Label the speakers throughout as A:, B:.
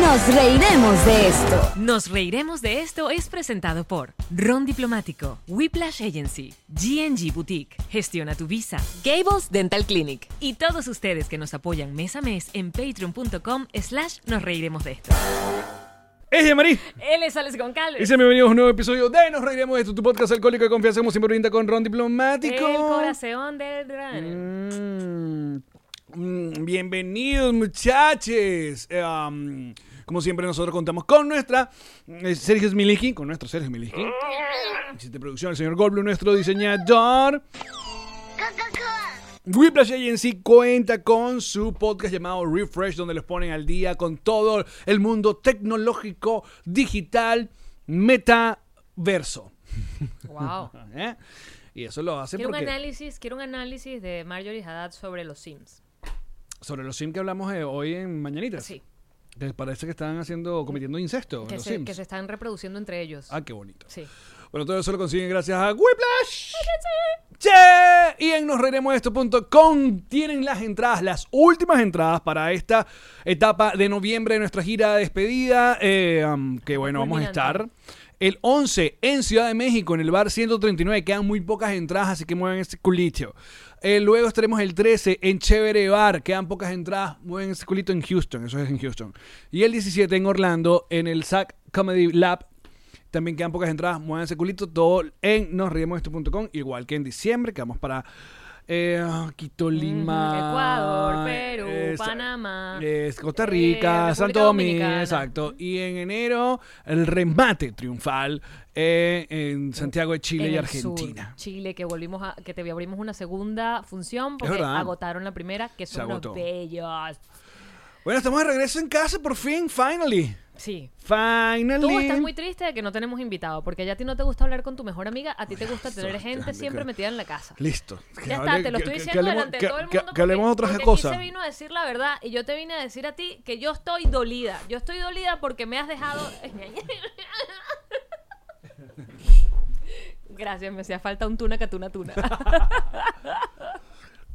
A: Nos reiremos de esto.
B: Nos reiremos de esto es presentado por Ron Diplomático, Whiplash Agency, GNG Boutique, Gestiona tu Visa, Gables Dental Clinic y todos ustedes que nos apoyan mes a mes en patreon.com slash nos reiremos de esto.
C: Es Yamari.
B: Él es Alex Goncalves.
C: Y sean bienvenidos a un nuevo episodio de Nos Reiremos de esto, tu podcast alcohólico de confianza, como siempre brinda con Ron
B: el
C: Diplomático.
B: corazón del drano.
C: Mm, mm, bienvenidos, muchachos. Eh, um, como siempre, nosotros contamos con nuestra eh, Sergio Smiliki, con nuestro Sergio Smiliki. Asistente de producción, el señor Goldblum, nuestro diseñador. Whiplash Agency cuenta con su podcast llamado Refresh, donde los ponen al día con todo el mundo tecnológico, digital, metaverso.
B: Wow.
C: ¿eh? Y eso lo hacen
B: Quiero un,
C: porque...
B: análisis, quiero un análisis de Marjorie Haddad sobre los Sims.
C: Sobre los Sims que hablamos eh, hoy en Mañanitas.
B: Sí.
C: Que parece que están haciendo, cometiendo incesto
B: Mm. Que
C: los
B: se,
C: Sims.
B: que se están reproduciendo entre ellos.
C: Ah, qué bonito.
B: Sí.
C: Bueno, todo eso lo consiguen gracias a Whiplash. Che, y en nosreiremosdeesto.com tienen las entradas, las últimas entradas para esta etapa de noviembre de nuestra gira de despedida. eh, am, que bueno, vamos a estar
B: Culminante.
C: el 11 en Ciudad de México, en el bar 139. Quedan muy pocas entradas, así que mueven ese culito. Eh, luego estaremos el 13 en Chévere Bar. Quedan pocas entradas, mueven ese culito en Houston. Eso es en Houston. Y el 17 en Orlando, en el SAC Comedy Lab. También quedan pocas entradas, muevan ese culito. Todo en nosriemosesto.com, igual que en diciembre, que vamos para eh, Quito, Lima,
B: Ecuador, Perú,
C: eh, sa-
B: Panamá,
C: eh, Costa
B: eh,
C: Rica,
B: República
C: Santo Domingo,
B: Dominicana.
C: exacto. Y en enero, el remate triunfal eh, en Santiago de Chile
B: En
C: y
B: el sur,
C: Argentina.
B: Chile, que volvimos a, que te abrimos una segunda función porque
C: verdad.
B: agotaron la primera, que
C: Se
B: son unos
C: agotó.
B: bellos.
C: Bueno, estamos de regreso en casa por fin, finally.
B: Sí.
C: Finally.
B: Tú estás muy triste de que no tenemos invitado, porque ya a ti no te gusta hablar con tu mejor amiga, a ti te gusta tener gente
C: grande,
B: siempre
C: que-
B: metida en la casa.
C: Listo.
B: Ya
C: hable-
B: está, te lo
C: que-
B: estoy
C: que-
B: diciendo
C: que hablemos-
B: delante
C: que-
B: de todo el
C: que-
B: mundo.
C: Que hablemos de
B: porque-
C: otras
B: porque
C: cosas.
B: Aquí se vino a decir la verdad y yo te vine a decir a ti que yo estoy dolida. Yo estoy dolida porque me has dejado. Gracias, me hacía falta un tuna catuna tuna.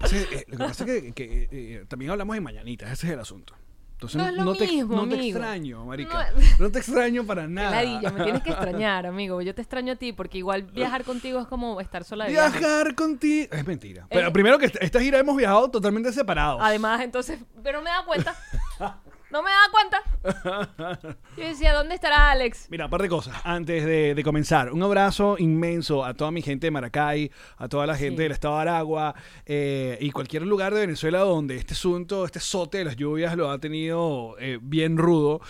C: Sí, eh, lo que pasa es que, que, eh, también hablamos de mañanitas, ese es el asunto. Entonces
B: No es lo
C: te, ex-
B: mismo,
C: no te
B: amigo.
C: extraño, marica.
B: No
C: No, te extraño para nada.
B: Ladilla, me tienes que extrañar, amigo. Yo te extraño a ti porque igual viajar contigo es como estar sola de viaje.
C: Viajar contigo es mentira.
B: Eh,
C: Pero primero que esta, esta gira hemos viajado totalmente separados.
B: Además, entonces, pero no me da cuenta. No me da cuenta. Yo decía, ¿dónde estará Alex?
C: Mira, un par de cosas antes de, de comenzar. Un abrazo inmenso a toda mi gente de Maracay, a toda la gente
B: Sí.
C: del estado de Aragua eh, y cualquier lugar de Venezuela donde este asunto, este sote de las lluvias lo ha tenido eh, bien rudo.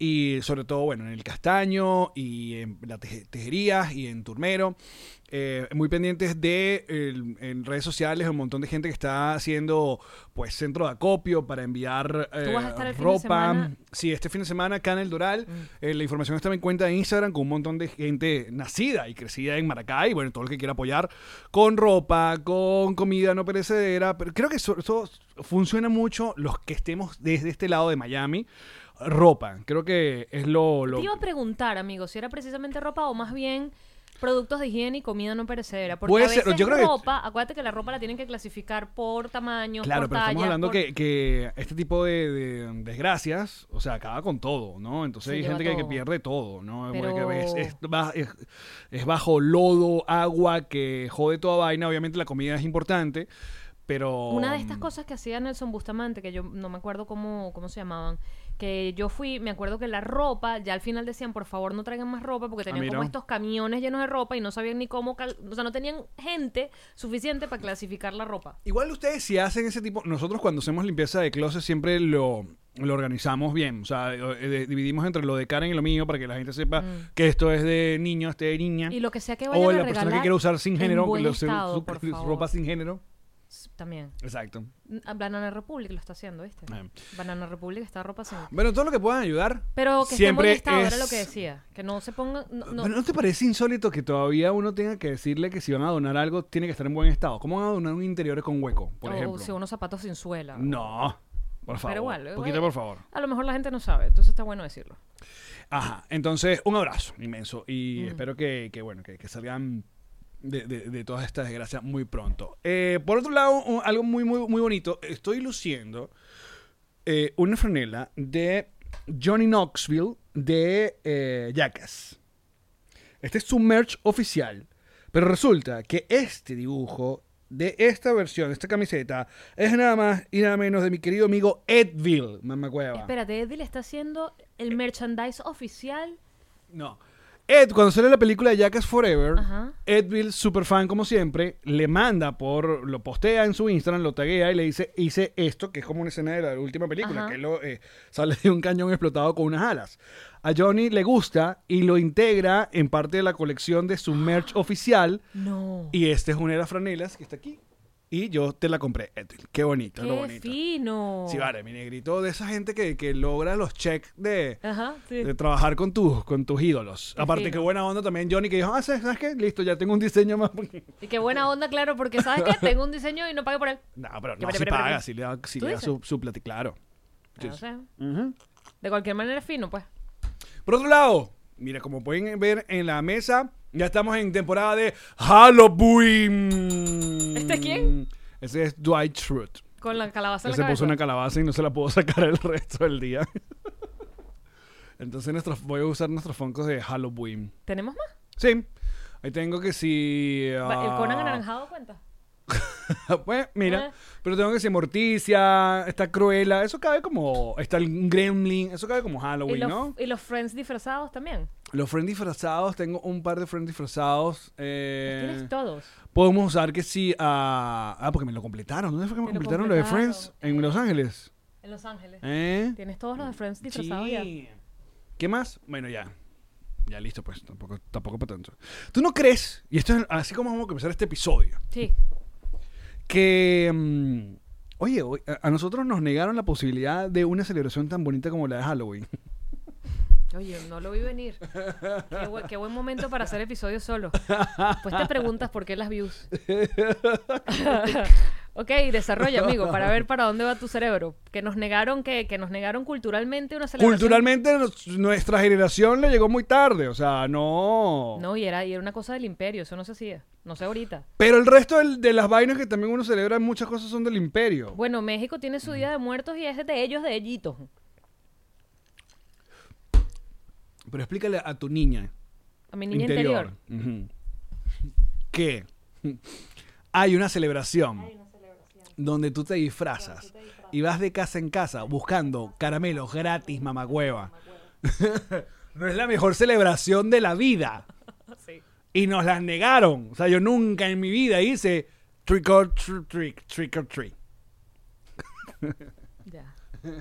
C: Y sobre todo, bueno, en el Castaño y en la Teje- Tejerías y en Turmero. Eh, muy pendientes de el- en redes sociales un montón de gente que está haciendo pues centro de acopio para enviar eh,
B: vas a estar el fin de
C: ropa
B: semana
C: Sí, este fin de semana acá en El Doral,
B: Mm.
C: eh, la información está en mi cuenta de Instagram con un montón de gente nacida y crecida en Maracay, bueno, todo el que quiera apoyar con ropa, con comida no perecedera, pero creo que eso, eso funciona mucho los que estemos desde este lado de Miami, ropa, creo que es lo... lo
B: Te iba a preguntar, amigo, si era precisamente ropa o más bien productos de higiene y comida no perecedera. Porque
C: Puede
B: a veces
C: ser, yo creo que-
B: ropa, acuérdate que la ropa la tienen que clasificar por tamaño,
C: Claro,
B: por
C: pero
B: talla.
C: estamos hablando
B: por-
C: que, que este tipo de, de desgracias, o sea, acaba con todo, ¿no? Entonces
B: Se
C: hay
B: lleva
C: gente que, que
B: todo.
C: pierde todo, ¿no?
B: Pero-
C: Porque Es, es ba- es- es bajo lodo, agua, que jode toda vaina. Obviamente la comida es importante, pero...
B: Una de estas cosas que hacía Nelson Bustamante, que yo no me acuerdo cómo, cómo se llamaban, que yo fui, me acuerdo que la ropa, ya al final decían, por favor no traigan más ropa, porque tenían
C: Ah, mira.
B: como estos camiones llenos de ropa y no sabían ni cómo, cal- o sea, no tenían gente suficiente para clasificar la ropa.
C: Igual ustedes si hacen ese tipo, nosotros cuando hacemos limpieza de closet siempre lo, lo organizamos bien, o sea, eh, eh, dividimos entre lo de Karen y lo mío para que la gente sepa que esto es de niño, este de niña.
B: Mm. Y lo que sea que vayan
C: o
B: a
C: la persona que
B: regalar,
C: quiere usar sin
B: en
C: género, que
B: buen
C: lo- su-
B: estado,
C: su-
B: por
C: su
B: favor.
C: ropa sin género.
B: También. Ah,
C: Exacto.
B: Banana Republic lo está haciendo, ¿viste?
C: Ah.
B: Banana Republic está ropa sin...
C: Bueno, todo lo que puedan ayudar.
B: Pero que
C: siempre
B: esté en buen estado,
C: es...
B: era lo que decía. Que no se pongan... No, no.
C: Pero ¿No te parece insólito que todavía uno tenga que decirle que si van a donar algo, tiene que estar en buen estado? ¿Cómo van a donar un interior con hueco, por
B: o
C: ejemplo?
B: Oh, si unos zapatos sin suela.
C: No, por favor.
B: Pero igual,
C: Poquito,
B: igual-
C: por favor.
B: A lo mejor la gente no sabe, entonces está bueno decirlo.
C: Ajá, entonces, un abrazo inmenso y espero que, que, bueno, que, que salgan... De, de- de todas estas desgracias muy pronto. Eh, por otro lado, un- algo muy, muy, muy bonito. Estoy luciendo eh, una franela de Johnny Knoxville de eh, Jackass. Este es su merch oficial. Pero resulta que este dibujo de esta versión, esta camiseta, es nada más y nada menos de mi querido amigo Edville, mamacueva.
B: Espérate, Edil está haciendo
C: Eh.
B: el merchandise oficial.
C: No. Ed, cuando sale la película de Jackass Forever,
B: Ajá.
C: Edville, superfan como siempre, le manda por, lo postea en su Instagram, lo taguea y le dice, hice esto, que es como una escena de la última película,
B: Ajá.
C: que lo, eh, sale de un cañón explotado con unas alas. A Johnny le gusta y lo integra en parte de la colección de su merch oficial.
B: No.
C: Y este es una de las franelas que está aquí. Y yo te la compré, Edville. Qué bonito, lo
B: ¡Qué
C: bonito.
B: fino!
C: Sí, vale, mi negrito, de esa gente que, que logra los checks de
B: Ajá, sí.
C: de trabajar con tus con tus ídolos.
B: Qué
C: Aparte,
B: fino.
C: qué buena onda también Johnny que dijo, ah, ¿sabes sabes qué? Listo, ya tengo un diseño más.
B: Y qué buena onda, claro, porque ¿sabes qué? Tengo un diseño y no pagué por él.
C: no, pero
B: Ya, pero,
C: no, si
B: pero, pero,
C: paga,
B: pero.
C: si le da, si
B: ¿Tú
C: le da
B: dices?
C: su, su plata, claro.
B: Ah, no
C: Sí.
B: sé.
C: Ujú.
B: De cualquier manera, es fino, pues.
C: Por otro lado, mira, como pueden ver en la mesa, ya estamos en temporada de Halloween.
B: ¿Este quién?
C: Ese es Dwight Schrute.
B: Con la calabaza
C: Que
B: en la
C: se
B: cabeza.
C: puso una calabaza y no se la puedo sacar el resto del día. Entonces nuestros- voy a usar nuestros foncos de Halloween.
B: ¿Tenemos más?
C: Sí. Ahí tengo que si...
B: Va- ¿El Conan
C: ah,
B: anaranjado cuenta?
C: pues mira,
B: Ah.
C: pero tengo que decir Morticia, está Cruella, eso cabe como. Está el Gremlin, eso cabe como
B: ¿Y
C: Halloween,
B: los,
C: ¿no?
B: ¿Y los friends disfrazados también?
C: Los friends disfrazados, tengo un par de friends disfrazados. eh,
B: Tienes todos.
C: podemos usar que sí a. Ah, porque me lo completaron. ¿Dónde fue que me
B: Te lo
C: completaron, lo de
B: completaron,
C: Friends? En Los Ángeles.
B: En Los Ángeles.
C: ¿Eh?
B: Tienes todos los de friends disfrazados ya.
C: Sí. ¿Qué más? Bueno, ya. Ya listo, pues. Tampoco, tampoco para tanto. ¿Tú no crees? Y esto es así como vamos a comenzar este episodio.
B: Sí.
C: que mm, oye hoy- a a nosotros nos negaron la posibilidad de una celebración tan bonita como la de Halloween
B: Oye, no lo vi venir. Qué, bu- qué buen momento para hacer episodios solo. Pues te preguntas por qué las views. ok, desarrolla, amigo, para ver para dónde va tu cerebro. Que nos negaron, que, que nos negaron culturalmente una celebración.
C: culturalmente nos- nuestra generación le llegó muy tarde o sea no,
B: No, y era, y era una cosa del imperio, eso no se hacía. No sé ahorita.
C: pero el resto del- de las vainas que también uno celebra muchas cosas son del imperio
B: Bueno, México tiene su día de muertos y es de ellos, de ellitos.
C: pero explícale a tu niña
B: A mi niña interior.
C: Ujú. que hay una celebración donde tú te disfrazas y vas de casa en casa buscando caramelos gratis, mamacueva. no es la mejor celebración de la vida.
B: Sí.
C: Y nos las negaron. O sea, yo nunca en mi vida hice trick or tr- trick, trick or treat.
B: Ya.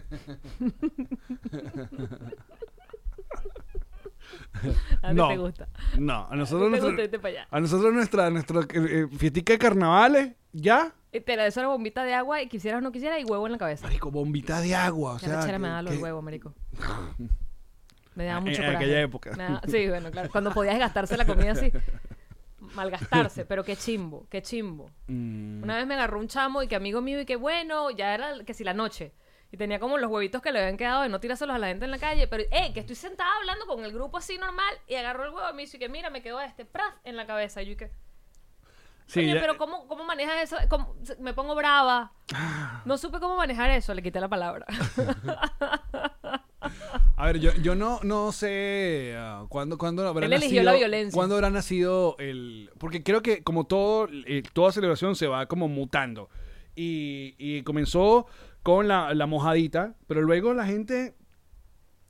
B: a ti
C: No.
B: te gusta.
C: No, a nosotros,
B: Te
C: nuestra-
B: gusta irte para allá.
C: a nosotros nuestra, nuestra eh, eh, fiestica de carnavales, ya.
B: Y eh, te la des una bombita de agua y quisieras o no quisieras y huevo en la cabeza.
C: Marico, bombita de agua. O
B: La
C: sea,
B: rechera me
C: que-
B: daba los
C: que-
B: huevos, marico. Me daba
C: En-
B: mucho
C: en
B: coraje.
C: aquella época.
B: Me daba- Sí, bueno, claro. Cuando podías gastarse la comida así. Malgastarse, pero qué chimbo, qué chimbo.
C: Mm.
B: Una vez me agarró un chamo y que amigo mío y que bueno, ya era que si la noche. Y tenía como los huevitos que le habían quedado de no tirárselos a la gente en la calle. Pero, eh, que estoy sentada hablando con el grupo así normal. Y agarró el huevo y me dice que mira, me quedó este praf en la cabeza. Y yo y que,
C: Sí,
B: "Coño,
C: ya- eh.
B: pero ¿cómo, cómo manejas eso? Eh, ¿Cómo- se- Me pongo brava.
C: Ah.
B: No supe cómo manejar eso. Le quité la palabra.
C: A ver, yo, yo no, no sé ah, cuándo, cuándo habrá
B: Él
C: nacido.
B: eligió la violencia.
C: ¿Cuándo habrá nacido el.? Porque creo que, como todo, eh, toda celebración se va como mutando. Y, y comenzó con la, la mojadita, pero luego la gente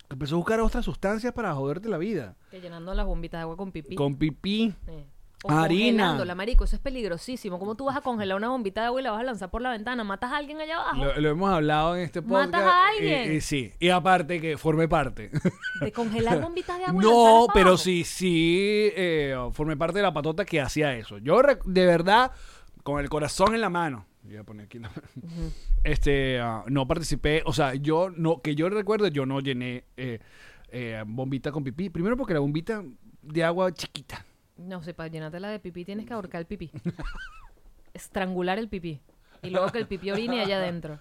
C: empezó a buscar otras sustancias para joderte la vida.
B: que llenando las bombitas de agua con pipí.
C: Con pipí.
B: Eh.
C: Harina.
B: congelándola, marico, eso es peligrosísimo. ¿Cómo tú vas a congelar una bombita de agua y la vas a lanzar por la ventana? ¿Matas a alguien allá abajo?
C: Lo, lo hemos hablado en este podcast.
B: ¿Matas a
C: y-
B: alguien?
C: y sí. Y aparte que formé parte.
B: ¿De congelar bombitas de agua? y
C: No,
B: lanzarlas para
C: pero
B: abajo?
C: sí, sí, eh, formé parte de la patota que hacía eso. Yo, rec- de verdad, con el corazón en la mano, voy a poner aquí la mano, este, ah, no participé, o sea, yo, no, que yo recuerdo, yo no llené eh, eh, bombita con pipí. Primero porque la bombita de agua chiquita.
B: No sé, para llenártela de pipí tienes que ahorcar el pipí. Estrangular el pipí. Y luego que el pipí orine allá adentro.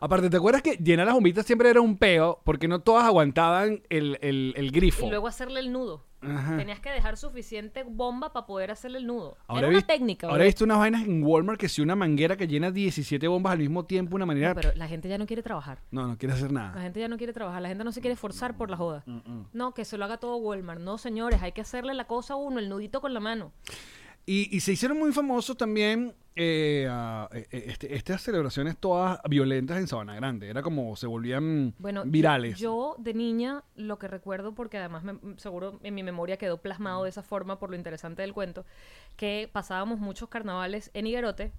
C: Aparte, ¿te acuerdas que llenar las bombitas siempre era un peo? Porque no todas aguantaban el, el- el grifo.
B: Y luego hacerle el nudo.
C: Ajá.
B: Tenías que dejar suficiente bomba para poder hacerle el nudo.
C: Ahora
B: Era
C: he
B: una
C: vis-
B: técnica.
C: Ahora
B: bro.
C: he visto unas vainas en Walmart que si una manguera que llena 17 bombas al mismo tiempo, una manera.
B: No, pero la gente ya no quiere trabajar.
C: No, no quiere hacer
B: La
C: nada.
B: gente ya no quiere trabajar, la gente no se quiere forzar por la joda.
C: Mm,
B: No, que se lo haga todo Walmart. No, señores, hay que hacerle la cosa a uno, el nudito con la mano.
C: Y, y se hicieron muy famosos también eh, ah, eh, eh, este- estas celebraciones todas violentas en Sabana Grande. Era como se volvían
B: Bueno, yo-
C: virales.
B: Yo, de niña lo que recuerdo, porque además me- seguro en mi memoria quedó plasmado de esa forma por lo interesante del cuento, que pasábamos muchos carnavales en Higuerote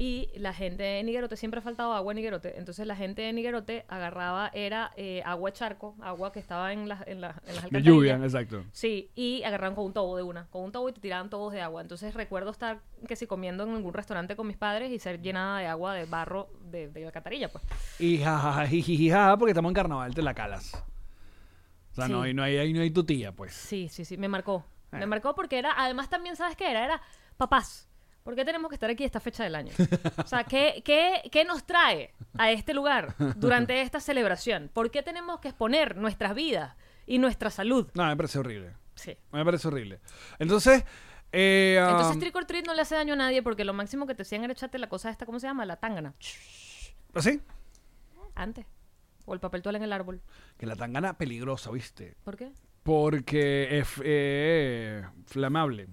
B: y la gente en Higuerote siempre ha faltado agua en Higuerote. Entonces la gente en Higuerote agarraba, era eh, agua charco, agua que estaba en las, en las, en las
C: de
B: alcantarillas.
C: lluvia, exacto.
B: Sí, y agarraron con un tobo de una, con un tobo y te tiraban tobos de agua. Entonces recuerdo estar, que si comiendo en algún restaurante con mis padres y ser llenada de agua de barro de, de la catarilla, pues.
C: Y jajaja, jijiji, jaja, porque estamos en carnaval, te la calas. O sea, no,
B: Sí.
C: hay- no hay, ahí no hay tu tía, pues.
B: Sí, sí, sí, me marcó. Me
C: Ah.
B: marcó porque era, además también, ¿sabes qué era? Era papás. ¿Por qué tenemos que estar aquí esta fecha del año? O sea, ¿qué, qué, qué nos trae a este lugar durante esta celebración? ¿Por qué tenemos que exponer nuestras vidas y nuestra salud?
C: No, me parece horrible.
B: Sí.
C: Me parece horrible. Entonces, eh, ah,
B: Entonces Trick or Treat no le hace daño a nadie porque lo máximo que te hacían era echarte la cosa esta, ¿cómo se llama? La tangana.
C: ¿Ah, ¿sí?
B: Antes. O el papel toalla en el árbol.
C: Que la tangana peligrosa, ¿viste?
B: ¿Por qué?
C: Porque es eh, flamable.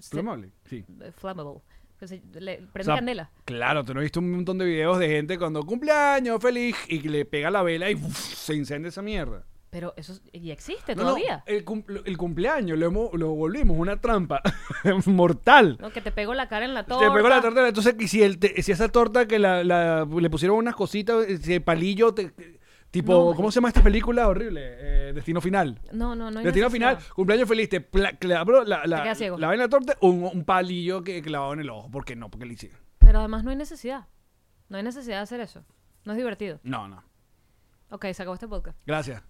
C: Flamable, sí.
B: Eh, Flammable. Que se- le- prende
C: O sea,
B: candela.
C: Claro, te no he visto un montón de videos de gente cuando cumpleaños feliz y que le pega la vela y uf, se incendia esa mierda.
B: Pero eso es- y existe
C: No, eh, no,
B: todavía.
C: el, cum- el cumpleaños lo, hemos- lo volvimos una trampa mortal.
B: No, que te pegó la cara en la torta.
C: Te pegó la torta, entonces y si, el te- si esa torta que la, la- le pusieron unas cositas, ese palillo, te- tipo,
B: No,
C: ¿cómo se llama esta película horrible? Eh, Destino Final.
B: No, no, no. hay
C: Destino
B: necesidad.
C: Final, cumpleaños feliz, te pla- clavó la, la,
B: Te quedas ciego.
C: la vaina de torta, un, un palillo que clavado en el ojo. ¿Por qué no? Porque le hicieron.
B: Pero además no hay necesidad. No hay necesidad de hacer eso. No es divertido.
C: No, no.
B: Ok, se acabó este podcast.
C: Gracias.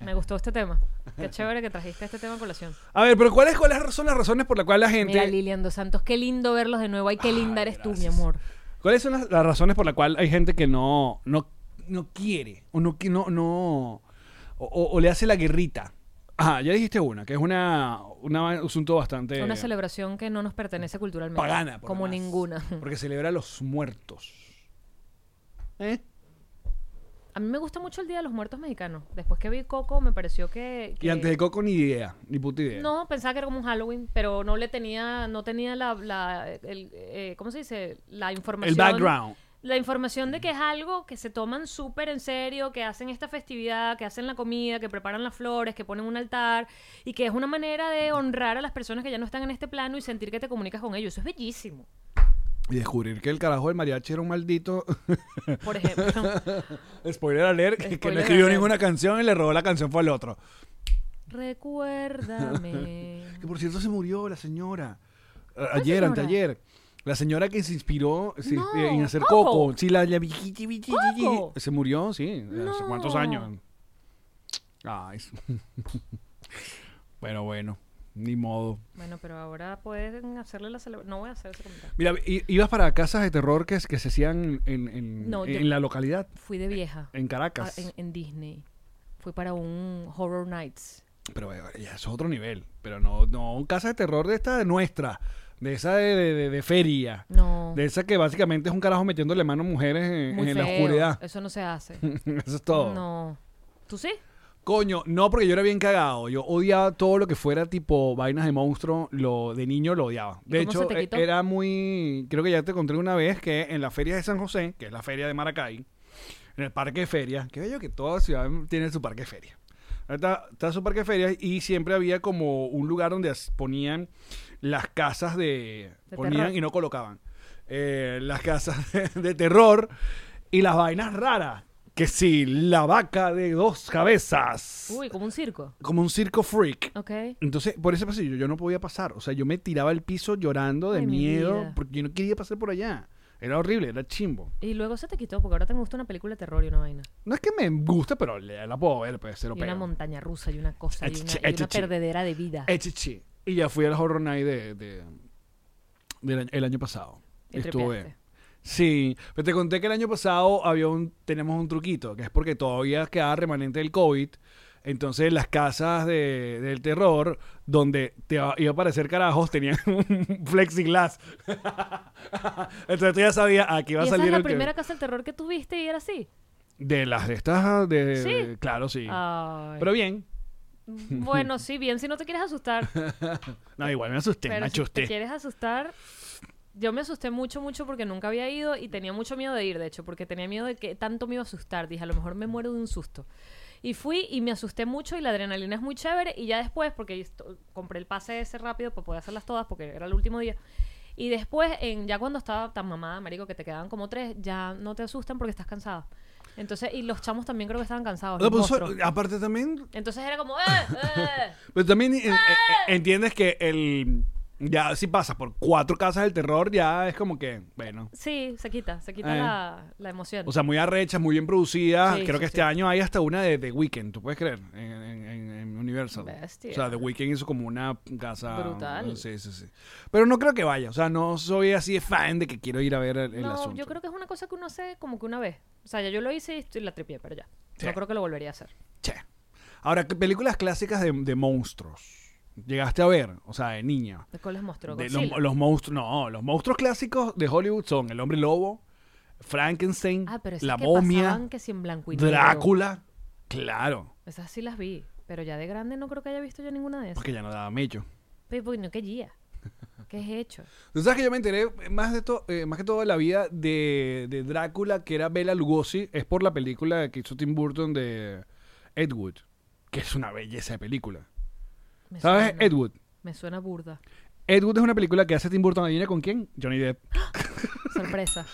B: Me gustó este tema. Qué chévere que trajiste este tema a colación.
C: A ver, pero ¿cuáles, ¿cuáles son las razones por las cuales la gente...
B: Mira, Lilian Dos Santos, qué lindo verlos de nuevo. Ay, qué linda
C: Ay,
B: eres tú, mi
C: gracias.
B: amor.
C: ¿Cuáles son las, las razones por las cuales hay gente que no, no, no quiere o no, qui- no, no o, o- o le hace la guerrita? Ajá, ya dijiste una, que es una, una- un asunto bastante
B: Una celebración que no nos pertenece culturalmente.
C: pagana. por
B: Como
C: demás.
B: ninguna.
C: Porque celebra a los muertos. ¿Eh?
B: A mí me gusta mucho el Día de los Muertos Mexicanos. Después que vi Coco, me pareció que...
C: Y
B: que-
C: antes de Coco ni idea, ni puta idea.
B: No, pensaba que era como un Halloween, pero no le tenía, no tenía la, la- el, eh, ¿cómo se dice? La información.
C: El background.
B: La información de que es algo que se toman súper en serio, que hacen esta festividad, que hacen la comida, que preparan las flores, que ponen un altar y que es una manera de honrar a las personas que ya no están en este plano y sentir que te comunicas con ellos. Eso es bellísimo.
C: Y descubrir que el carajo del mariachi era un maldito...
B: Por ejemplo,
C: Spoiler alert, que, que no
B: Spoiler
C: escribió
B: alert.
C: ninguna canción y le robó la canción fue al otro.
B: recuérdame.
C: Que por cierto se murió la señora. A- Ayer,
B: señora?
C: anteayer. La señora que se inspiró se- eh,
B: No,
C: en hacer
B: Coco.
C: coco. Sí, la, la viejiti, viejiti,
B: Coco.
C: Se murió, sí. ¿Hace
B: No.
C: cuántos años? Ay. s- bueno, bueno. Ni modo.
B: Bueno, pero ahora pueden hacerle la celebración. No voy a hacer ese comentario.
C: Mira, i- ibas para casas de terror que, es- que se hacían en, en-
B: No,
C: en
B: yo- Ah,
C: la localidad,
B: Fui de vieja.
C: en
B: a-
C: Caracas.
B: en, en Disney. Fue para un Horror Nights.
C: Pero eh, ya es otro nivel. Pero no, no un casa de terror de esta de nuestra. De esa de, de- de- de feria.
B: No.
C: De esa que básicamente es un carajo metiéndole mano a mujeres en,
B: muy
C: en la
B: feo.
C: oscuridad.
B: Eso no se hace.
C: Eso es todo.
B: No. ¿Tú sí?
C: Coño, no, porque yo era bien cagado. Yo odiaba todo lo que fuera tipo vainas de monstruo. Lo, de niño lo odiaba.
B: ¿Y
C: De
B: cómo se
C: hecho,
B: te
C: e-
B: quitó?
C: era muy. Creo que ya te conté una vez que en la feria de San José, que es la feria de Maracay, en el parque de feria, que bello que toda ciudad tiene su parque de feria. Está, está su parque de feria y siempre había como un lugar donde as- ponían las casas de.
B: De
C: ponían
B: terror.
C: y no colocaban. eh, las casas de, de terror y las vainas raras. Que sí, la vaca de dos cabezas.
B: Uy, como un circo.
C: Como un circo freak.
B: Ok.
C: Entonces, por ese pasillo yo no podía pasar. O sea, yo me tiraba al piso llorando de
B: Ay, mi
C: miedo
B: vida.
C: porque yo no quería pasar por allá. Era horrible, era chimbo.
B: Y luego se te quitó, porque ahora te gusta una película de terror y una vaina.
C: No es que me guste, pero le- la puedo ver, pues, se lo
B: Y una
C: pego.
B: montaña rusa y una cosa y una,
C: Echichi,
B: y una
C: echichi.
B: perdedera de vida.
C: Eh, chichi. Y ya fui al Horror Night de, de- del año, el año pasado.
B: Y
C: Estuve.
B: tripeaste.
C: Sí, pero te conté que el año pasado había un, tenemos un truquito, que es porque todavía quedaba remanente del COVID. Entonces las casas de- del terror, donde te va- iba a aparecer carajos, tenían un plexiglass. Entonces tú ya sabías, aquí va
B: ¿Y
C: a
B: esa
C: salir
B: es la
C: el que-
B: primera casa del terror que tuviste y era así?
C: De las de estas, ah, de...
B: ¿Sí? Ah,
C: Claro, sí.
B: Ay.
C: Pero bien.
B: Bueno, sí, bien si no te quieres asustar.
C: No, igual me asusté, me
B: pero si
C: asusté.
B: te quieres asustar, yo me asusté mucho, mucho porque nunca había ido y tenía mucho miedo de ir, de hecho, porque tenía miedo de que tanto me iba a asustar. Dije, a lo mejor me muero de un susto. Y fui y me asusté mucho y la adrenalina es muy chévere. Y ya después, porque esto- compré el pase ese rápido para poder hacerlas todas, porque era el último día. Y después, en, ya cuando estaba tan mamada, marico, que te quedaban como tres, ya no te asustan porque estás cansada. Entonces, y los chamos también creo que estaban cansados.
C: No,
B: los
C: pues,
B: monstruos.
C: aparte también,
B: Entonces era como, ¡eh! eh".
C: Pero también eh, eh,
B: ¡Ah!
C: eh, entiendes que el. Ya si pasas por cuatro casas del terror, ya es como que, bueno.
B: Sí, se quita, se quita
C: Eh.
B: la, la emoción.
C: O sea, muy arrechas, muy bien producidas.
B: Sí,
C: Creo
B: sí,
C: que este
B: sí.
C: año hay hasta una de The Weeknd, ¿tú puedes creer? En, en- en- en Universal.
B: Bestia.
C: O sea, The Weeknd hizo como una casa.
B: Brutal.
C: Sí, sí, sí. Pero no creo que vaya. O sea, no soy así de fan de que quiero ir a ver el, el
B: no,
C: asunto.
B: yo creo que es una cosa que uno hace como que una vez. O sea, ya yo lo hice y estoy- la tripié, pero ya.
C: Sí.
B: No creo que lo volvería a hacer.
C: Che. Ahora, ¿qué películas clásicas de, de monstruos? ¿Llegaste a ver? O sea, de niña.
B: ¿De cuál les mostró?
C: De
B: Godzilla.
C: los, los monstruos, no, los monstruos clásicos de Hollywood son El Hombre Lobo, Frankenstein,
B: ah, pero esas
C: La
B: que
C: Momia,
B: pasaban que si en blanco y negro.
C: Drácula. Claro,
B: Esas sí las vi, pero ya de grande no creo que haya visto yo ninguna de esas.
C: porque ya no daba mello.
B: Pero porque no, ¿qué guía? ¿Qué es hecho?
C: Tú sabes que yo me enteré más de to- eh, más que todo de la vida de, de Drácula, que era Bela Lugosi, es por la película que hizo Tim Burton de Ed Wood, que es una belleza de película.
B: Me
C: ¿Sabes?
B: suena-
C: Ed Wood.
B: Me suena burda.
C: Ed Wood es una película que hace Tim Burton, ¿adivina con quién? Johnny Depp.
B: Sorpresa.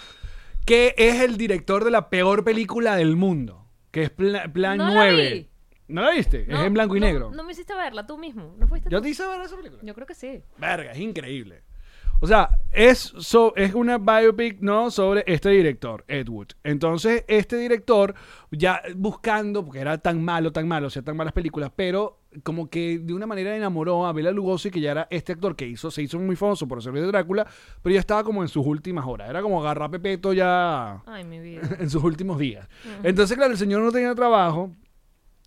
C: que es el director de la peor película del mundo, que es Pla- Plan
B: No la
C: 9.
B: vi.
C: ¿No la viste?
B: No,
C: es en blanco y
B: no,
C: negro.
B: No me hiciste verla tú mismo. ¿No fuiste
C: Yo
B: tú?
C: te hice ver esa película.
B: Yo creo que sí.
C: Verga, es increíble. O sea, es, so- es una biopic, ¿no? Sobre este director, Ed Wood. Entonces, este director, ya buscando, porque era tan malo, tan malo, o sea, tan malas películas, pero como que de una manera enamoró a Bela Lugosi, que ya era este actor que hizo, se hizo muy famoso por ser de Drácula, pero ya estaba como en sus últimas horas. Era como agarrar Pepeto ya
B: Ay, mi vida.
C: en sus últimos días. Entonces, claro, el señor no tenía trabajo,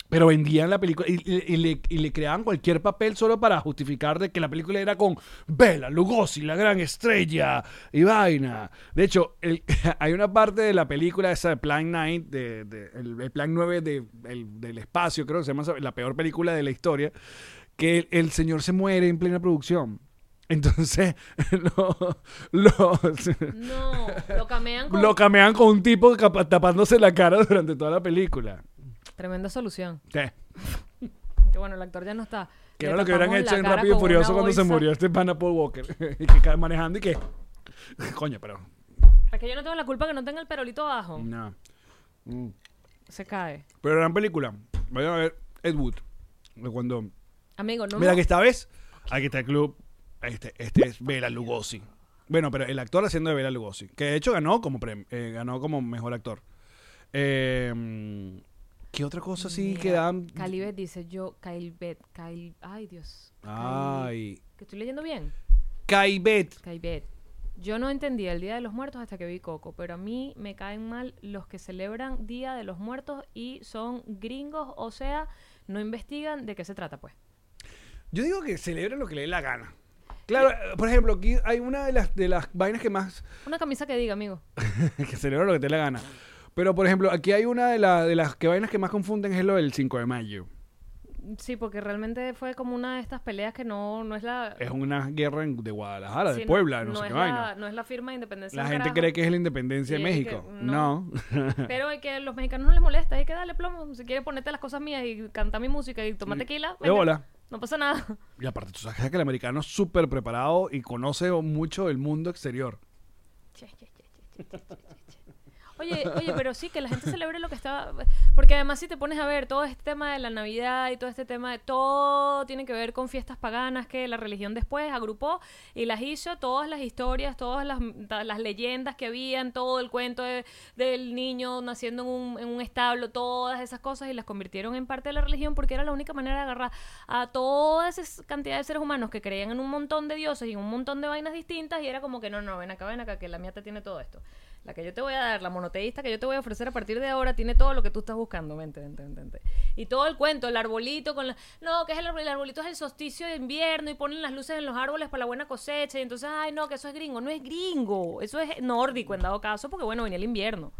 C: pero vendían la película y, y- y le, y le creaban cualquier papel solo para justificar de que la película era con Bela Lugosi, la gran estrella y vaina. De hecho, el- hay una parte de la película esa de Plan 9, de, de- el, el Plan 9 de- el- del espacio, creo que se llama esa- la peor película de la historia, que el, el señor se muere en plena producción. Entonces, lo- los,
B: No, lo camean con...
C: lo camean con un tipo capa- tapándose la cara durante toda la película.
B: Tremenda solución.
C: ¿Qué?
B: Que bueno, el actor ya no está.
C: Que
B: Le
C: era lo que
B: tapamos
C: hubieran hecho
B: la
C: en
B: cara
C: Rápido y
B: con
C: Furioso
B: una
C: cuando se
B: bolsa.
C: murió este pana Paul Walker. y que cae manejando y que... Coño, pero...
B: Es que yo no tengo la culpa que no tenga el perolito abajo.
C: No. Mm.
B: Se cae.
C: Pero gran película. Vayan a ver Ed Wood. De cuando...
B: Amigo, no.
C: Mira
B: me-
C: que esta vez... Aquí está el club. Este, este es Bela Lugosi. Bueno, pero el actor haciendo de Bela Lugosi. Que de hecho ganó como, prem- eh, ganó como mejor actor. Eh, ¿Qué otra cosa sí
B: Mira,
C: que dan...?
B: Calibet dice yo, Calibet, Cal... Ay, Dios. Cal-
C: Ay...
B: Que estoy leyendo bien.
C: Caibet.
B: Calibet. Yo no entendía el Día de los Muertos hasta que vi Coco, pero a mí me caen mal los que celebran Día de los Muertos y son gringos, o sea, no investigan de qué se trata, pues.
C: Yo digo que celebren lo que le dé la gana. Claro, eh, por ejemplo, aquí hay una de las, de las vainas que más...
B: Una camisa que diga, amigo.
C: que celebra lo que te dé la gana. Pero, por ejemplo, aquí hay una de, la- de las que vainas que más confunden es lo del 5 de mayo.
B: Sí, porque realmente fue como una de estas peleas que no, no es la...
C: Es una guerra en- de Guadalajara,
B: Sí,
C: de Puebla, no,
B: no
C: sé
B: es
C: qué
B: la,
C: vaina.
B: No es la firma de independencia.
C: La
B: del
C: gente
B: carajo,
C: cree que es la independencia de
B: Y es que
C: México.
B: no.
C: No. Eh,
B: Pero hay que a los mexicanos no les molesta, hay que darle plomo. Si quieres ponerte las cosas mías y cantar mi música y tomar tequila,
C: De
B: vente.
C: bola.
B: No pasa nada.
C: Y aparte, tú sabes que el americano es súper preparado y conoce mucho del mundo exterior.
B: Che, che, che, che, che, che, che, che. Oye, oye, pero sí, que la gente celebre lo que está... Porque además si te pones a ver todo este tema de la Navidad y todo este tema de... Todo tiene que ver con fiestas paganas que la religión después agrupó y las hizo, todas las historias, todas las, ta- las leyendas que habían, todo el cuento de- del niño naciendo en un, en un establo, todas esas cosas y las convirtieron en parte de la religión porque era la única manera de agarrar a toda esa cantidad de seres humanos que creían en un montón de dioses y un montón de vainas distintas y era como que no, no, ven acá, ven acá, que la mía te tiene todo esto. La que yo te voy a dar, la monoteísta que yo te voy a ofrecer a partir de ahora, tiene todo lo que tú estás buscando. Vente, vente, vente, vente. Y todo el cuento, el arbolito con la... No, que es el arbolito, el arbolito es el solsticio de invierno y ponen las luces en los árboles para la buena cosecha. Y entonces, ay, no, que eso es gringo. No es gringo, eso es nórdico en dado caso, porque bueno, venía el invierno.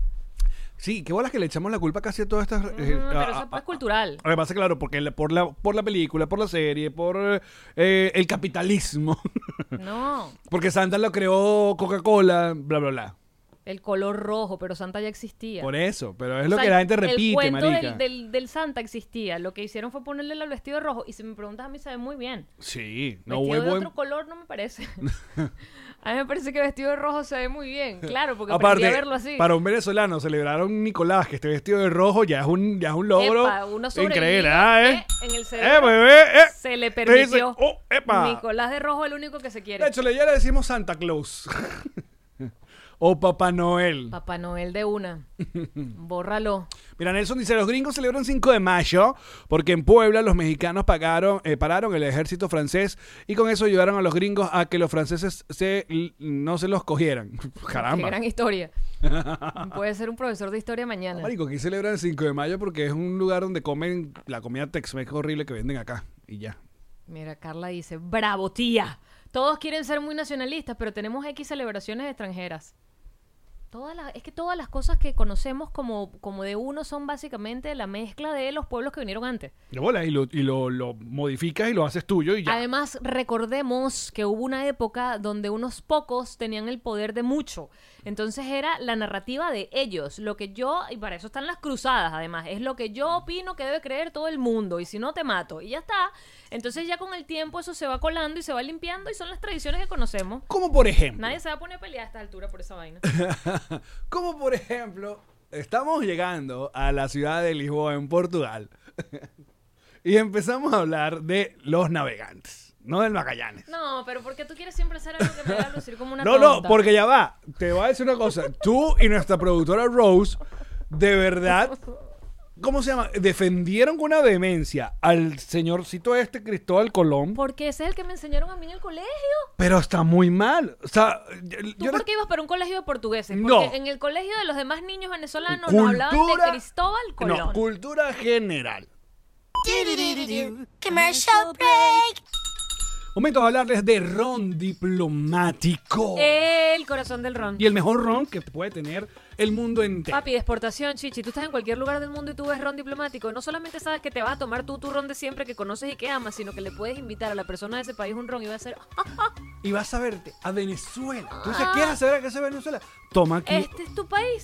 C: Sí, qué bolas que le echamos la culpa casi a todas estas. eh,
B: Mm, pero
C: a-
B: eso
C: a-
B: es cultural.
C: Lo que pasa, claro, porque la- por, la, por la película, por la serie, por eh, el capitalismo.
B: No,
C: porque Santa lo creó Coca-Cola, bla, bla, bla.
B: el color rojo, pero Santa ya existía.
C: Por eso, pero es lo
B: O sea,
C: que la gente
B: El
C: repite,
B: cuento
C: marica.
B: del, del- del Santa existía. Lo que hicieron fue ponerle el vestido de rojo. Y si me preguntas, a mí se ve muy bien.
C: Sí, no
B: vestido
C: huevo.
B: de otro color no me parece. a mí me parece que vestido de rojo se ve muy bien. Claro, porque aprendí
C: Aparte,
B: a verlo así.
C: para un venezolano celebrar a un Nicolás que esté vestido de rojo ya es un, ya es un logro
B: Epa, uno
C: increíble.
B: sobrevivió,
C: Ah, eh.
B: eh, en el
C: eh,
B: cerebro
C: bebé, eh.
B: se le
C: Te
B: permitió.
C: dice, oh, epa.
B: Nicolás de rojo el único que se quiere.
C: De hecho, le- ya le decimos Santa Claus. o Papá Noel.
B: Papá Noel de una. Bórralo.
C: Mira, Nelson dice, los gringos celebran 5 de mayo porque en Puebla los mexicanos pagaron, eh, pararon el ejército francés y con eso ayudaron a los gringos a que los franceses se, no se los cogieran.
B: Qué
C: Caramba.
B: gran historia. Puede ser un profesor de historia mañana.
C: Marico, aquí celebran el 5 de mayo porque es un lugar donde comen la comida Tex-Mex horrible que venden acá y ya.
B: Mira, Carla dice, bravo tía. Todos quieren ser muy nacionalistas, pero tenemos X celebraciones extranjeras. Todas las, es que todas las cosas que conocemos como, como de uno son básicamente la mezcla de los pueblos que vinieron antes.
C: De bola, y lo, y lo, lo modificas y lo haces tuyo y ya.
B: Además, recordemos que hubo una época donde unos pocos tenían el poder de mucho. Entonces era la narrativa de ellos, lo que yo, y para eso están las cruzadas además, es lo que yo opino que debe creer todo el mundo, y si no te mato, y ya está. Entonces ya con el tiempo eso se va colando y se va limpiando y son las tradiciones que conocemos.
C: Como por ejemplo.
B: Nadie se va a poner a pelear a esta altura por esa vaina.
C: Como por ejemplo, estamos llegando a la ciudad de Lisboa en Portugal y empezamos a hablar de los navegantes, no del Magallanes.
B: No, pero porque tú quieres siempre hacer algo que me haga lucir como una
C: No, no,
B: tonta?
C: porque ya va. Te voy a decir una cosa. Tú y nuestra productora Rose, de verdad, ¿cómo se llama? Defendieron con una vehemencia al señorcito este, Cristóbal Colón,
B: Porque ese es el que me enseñaron a mí en el colegio.
C: pero está muy mal. O sea, yo-
B: ¿Tú
C: yo
B: por qué ibas para un colegio de portugueses?
C: No.
B: Porque en el colegio de los demás niños venezolanos nos hablaban de Cristóbal Colón.
C: No, cultura general.
D: Commercial break.
C: Momento de hablarles de ron diplomático.
B: el corazón del ron.
C: Y el mejor ron que puede tener el mundo entero.
B: Papi, de exportación, chichi. Tú estás en cualquier lugar del mundo y tú ves ron diplomático. No solamente sabes que te vas a tomar tú tu ron de siempre que conoces y que amas, sino que le puedes invitar a la persona de ese país un ron y va a ser. "Ah,
C: Y vas a verte a Venezuela. Tú dices, ¿qué vas a saber a qué hace Venezuela? Toma aquí.
B: Este es tu país.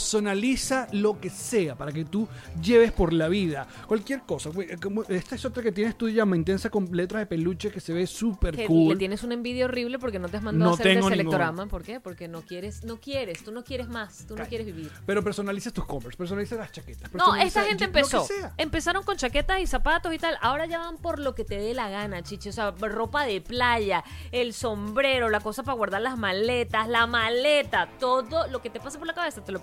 C: personaliza lo que sea para que tú lleves por la vida. Cualquier cosa. güey, eh, como Esta es otra que tienes tú, llama intensa con letras de peluche que se ve súper
B: Que
C: cool.
B: le tienes una envidia horrible porque no te has mandado
C: No
B: a hacer el
C: tengo ninguna.
B: selectorama. ¿Por qué? Porque no quieres, no quieres, tú no quieres más, tú no quieres vivir.
C: Pero personalizas tus covers, personalizas las chaquetas.
B: No,
C: personaliza
B: esta gente
C: lo que
B: empezó.
C: sea.
B: Empezaron con chaquetas y zapatos y tal. Ahora ya van por lo que te dé la gana, chichi. O sea, ropa de playa, el sombrero, la cosa para guardar las maletas, la maleta, todo lo que te pase por la cabeza te lo
C: Y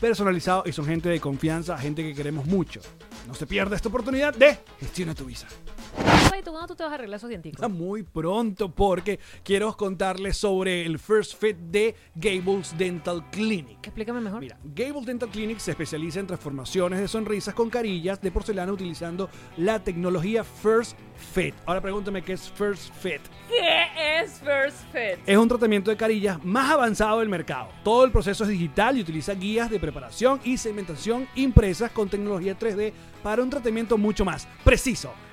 C: personalizado y son gente de confianza, gente que queremos mucho. No se pierda esta oportunidad de Gestiona tu Visa.
B: güey, ¿tú cuándo tú te vas a arreglar esos dienticos?
C: Ah, Muy pronto porque quiero contarles sobre el First Fit de Gables Dental Clinic.
B: Explícame mejor.
C: Mira, Gables Dental Clinic se especializa en transformaciones de sonrisas con carillas de porcelana utilizando la tecnología First Fit. Ahora pregúntame qué es First Fit.
B: ¿Qué es First Fit?
C: Es un tratamiento de carillas más avanzado del mercado. Todo el proceso es digital y utiliza guías de preparación y segmentación impresas con tecnología 3D para un tratamiento mucho más preciso,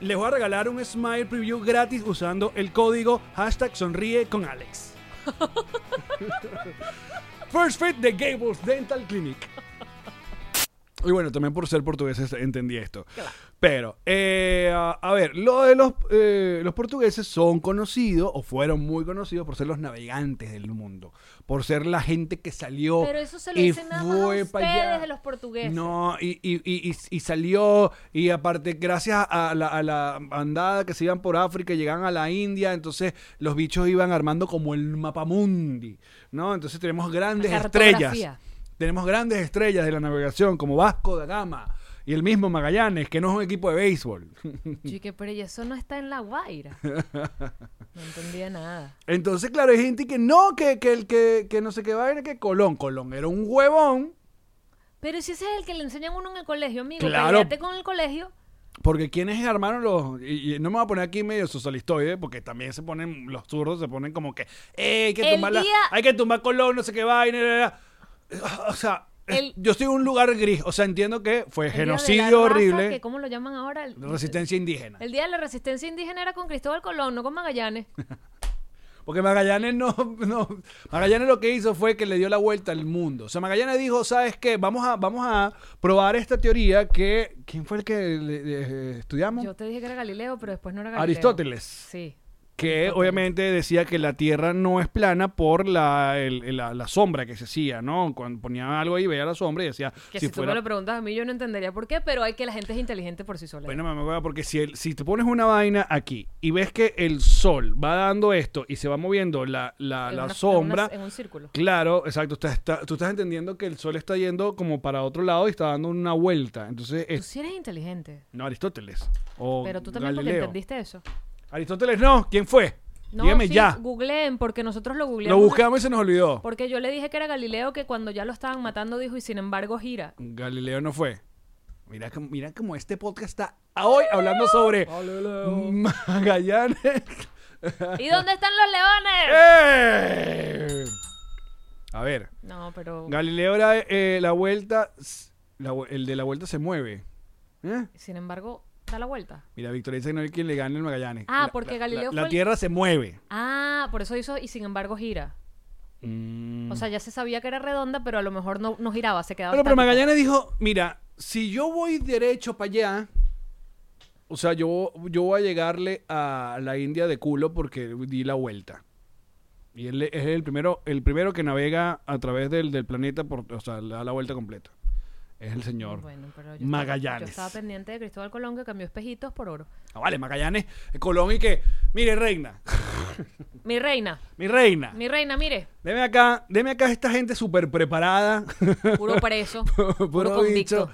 C: les voy a regalar un Smile Preview gratis usando el código hashtag sonríe con Alex. First Fit de Gables Dental Clinic. Y bueno, también por ser portugueses entendí esto. Pero, eh, a, a ver, lo de los, eh, los portugueses son conocidos o fueron muy conocidos por ser los navegantes del mundo, por ser la gente que salió.
B: Pero eso se lo
C: y
B: dicen nada más a
C: fue pa'
B: ustedes
C: allá.
B: de los portugueses.
C: No, y, y- y- y- y salió, y aparte, gracias a la, a la bandada que se iban por África, llegaban a la India, entonces los bichos iban armando como el mapamundi, ¿no? Entonces tenemos grandes
B: La
C: estrellas.
B: cartografía.
C: Tenemos grandes estrellas de la navegación como Vasco da Gama y el mismo Magallanes, que no es un equipo de béisbol.
B: Chique, pero y eso no está en la guaira. No entendía nada.
C: Entonces, claro, hay gente que no, que, que el que, que no sé qué va a que Colón. Colón era un huevón
B: Pero si ese es el que le enseñan a uno en el colegio, amigo.
C: Claro.
B: Cállate con el colegio.
C: Porque quienes armaron los. Y, y no me voy a poner aquí medio socialistoide, porque también se ponen. Los zurdos se ponen como que. "Eh, hay, que
B: El
C: tumbar la-
B: día-
C: hay que tumbar Colón, no sé qué vaina. la, la, la". O sea, es-
B: El-
C: yo estoy en un lugar gris. O sea, entiendo que fue
B: El día de la
C: genocidio
B: raza,
C: horrible.
B: que ¿Cómo lo llaman ahora? El,
C: Resistencia indígena.
B: el día de la resistencia indígena era con Cristóbal Colón, no con Magallanes.
C: Porque Magallanes no, no. Magallanes lo que hizo fue que le dio la vuelta al mundo. O sea, Magallanes dijo, ¿sabes qué? Vamos a, vamos a probar esta teoría que. ¿Quién fue el que le- le- estudiamos?
B: Yo te dije que era Galileo, pero después no era Galileo.
C: Aristóteles.
B: Sí.
C: que obviamente decía que la Tierra no es plana por la, el- el- la, la sombra que se hacía, ¿no? Cuando ponía algo ahí, veía la sombra y decía,
B: Que
C: si,
B: si,
C: fuera...
B: tú me lo preguntas a mí, yo no entendería por qué, pero hay que la gente es inteligente por sí sola.
C: Bueno, mamá, hueva, porque si, el- si te pones una vaina aquí y ves que el sol va dando esto y se va moviendo la, la,
B: En
C: la
B: una- en
C: sombra...
B: una- en un círculo.
C: Claro, exacto. Tú estás, tú estás entendiendo que el sol está yendo como para otro lado y está dando una vuelta. Entonces,
B: Tú
C: es,
B: sí eres inteligente.
C: no, Aristóteles. O
B: Pero tú también porque
C: Galileo.
B: entendiste eso.
C: Aristóteles, no. ¿Quién fue?
B: No,
C: Dígame
B: sí,
C: ya.
B: googleen, porque nosotros lo
C: Lo
B: googleamos.
C: buscamos y se nos olvidó.
B: Porque yo le dije que era Galileo que cuando ya lo estaban matando dijo y sin embargo gira.
C: Galileo no fue. Mira, cómo- mira como este podcast está a hoy hablando sobre Magallanes.
B: ¿Y dónde están los leones?
C: ¡Eh! A ver,
B: No, pero
C: Galileo era eh, la vuelta, s- la vu- el de la vuelta se mueve. ¿Eh?
B: sin embargo da la vuelta.
C: Mira, Victoria dice que no hay quien le gane el Magallanes.
B: Ah,
C: La-
B: porque
C: la-
B: Galileo
C: la,
B: fue
C: la
B: el-
C: Tierra se mueve.
B: Ah, por eso hizo y sin embargo gira.
C: Mm.
B: O sea, ya se sabía que era redonda, pero a lo mejor no, no giraba, se quedaba.
C: Bueno, pero
B: estática.
C: Magallanes dijo, mira, si yo voy derecho para allá, o sea, yo, yo voy a llegarle a la India de culo porque di la vuelta. Y él es el primero, el primero que navega a través del, del planeta, por, o sea, le da la vuelta completa. Es el señor
B: Bueno, pero yo estaba-
C: Magallanes.
B: yo estaba pendiente de Cristóbal Colón que cambió espejitos por oro.
C: Ah, vale, Magallanes, Colón y que, mire reina,
B: Mi reina,
C: mi reina,
B: mi reina, mire,
C: deme acá, deme acá esta gente súper preparada.
B: puro preso,
C: puro,
B: puro
C: bicho.
B: convicto.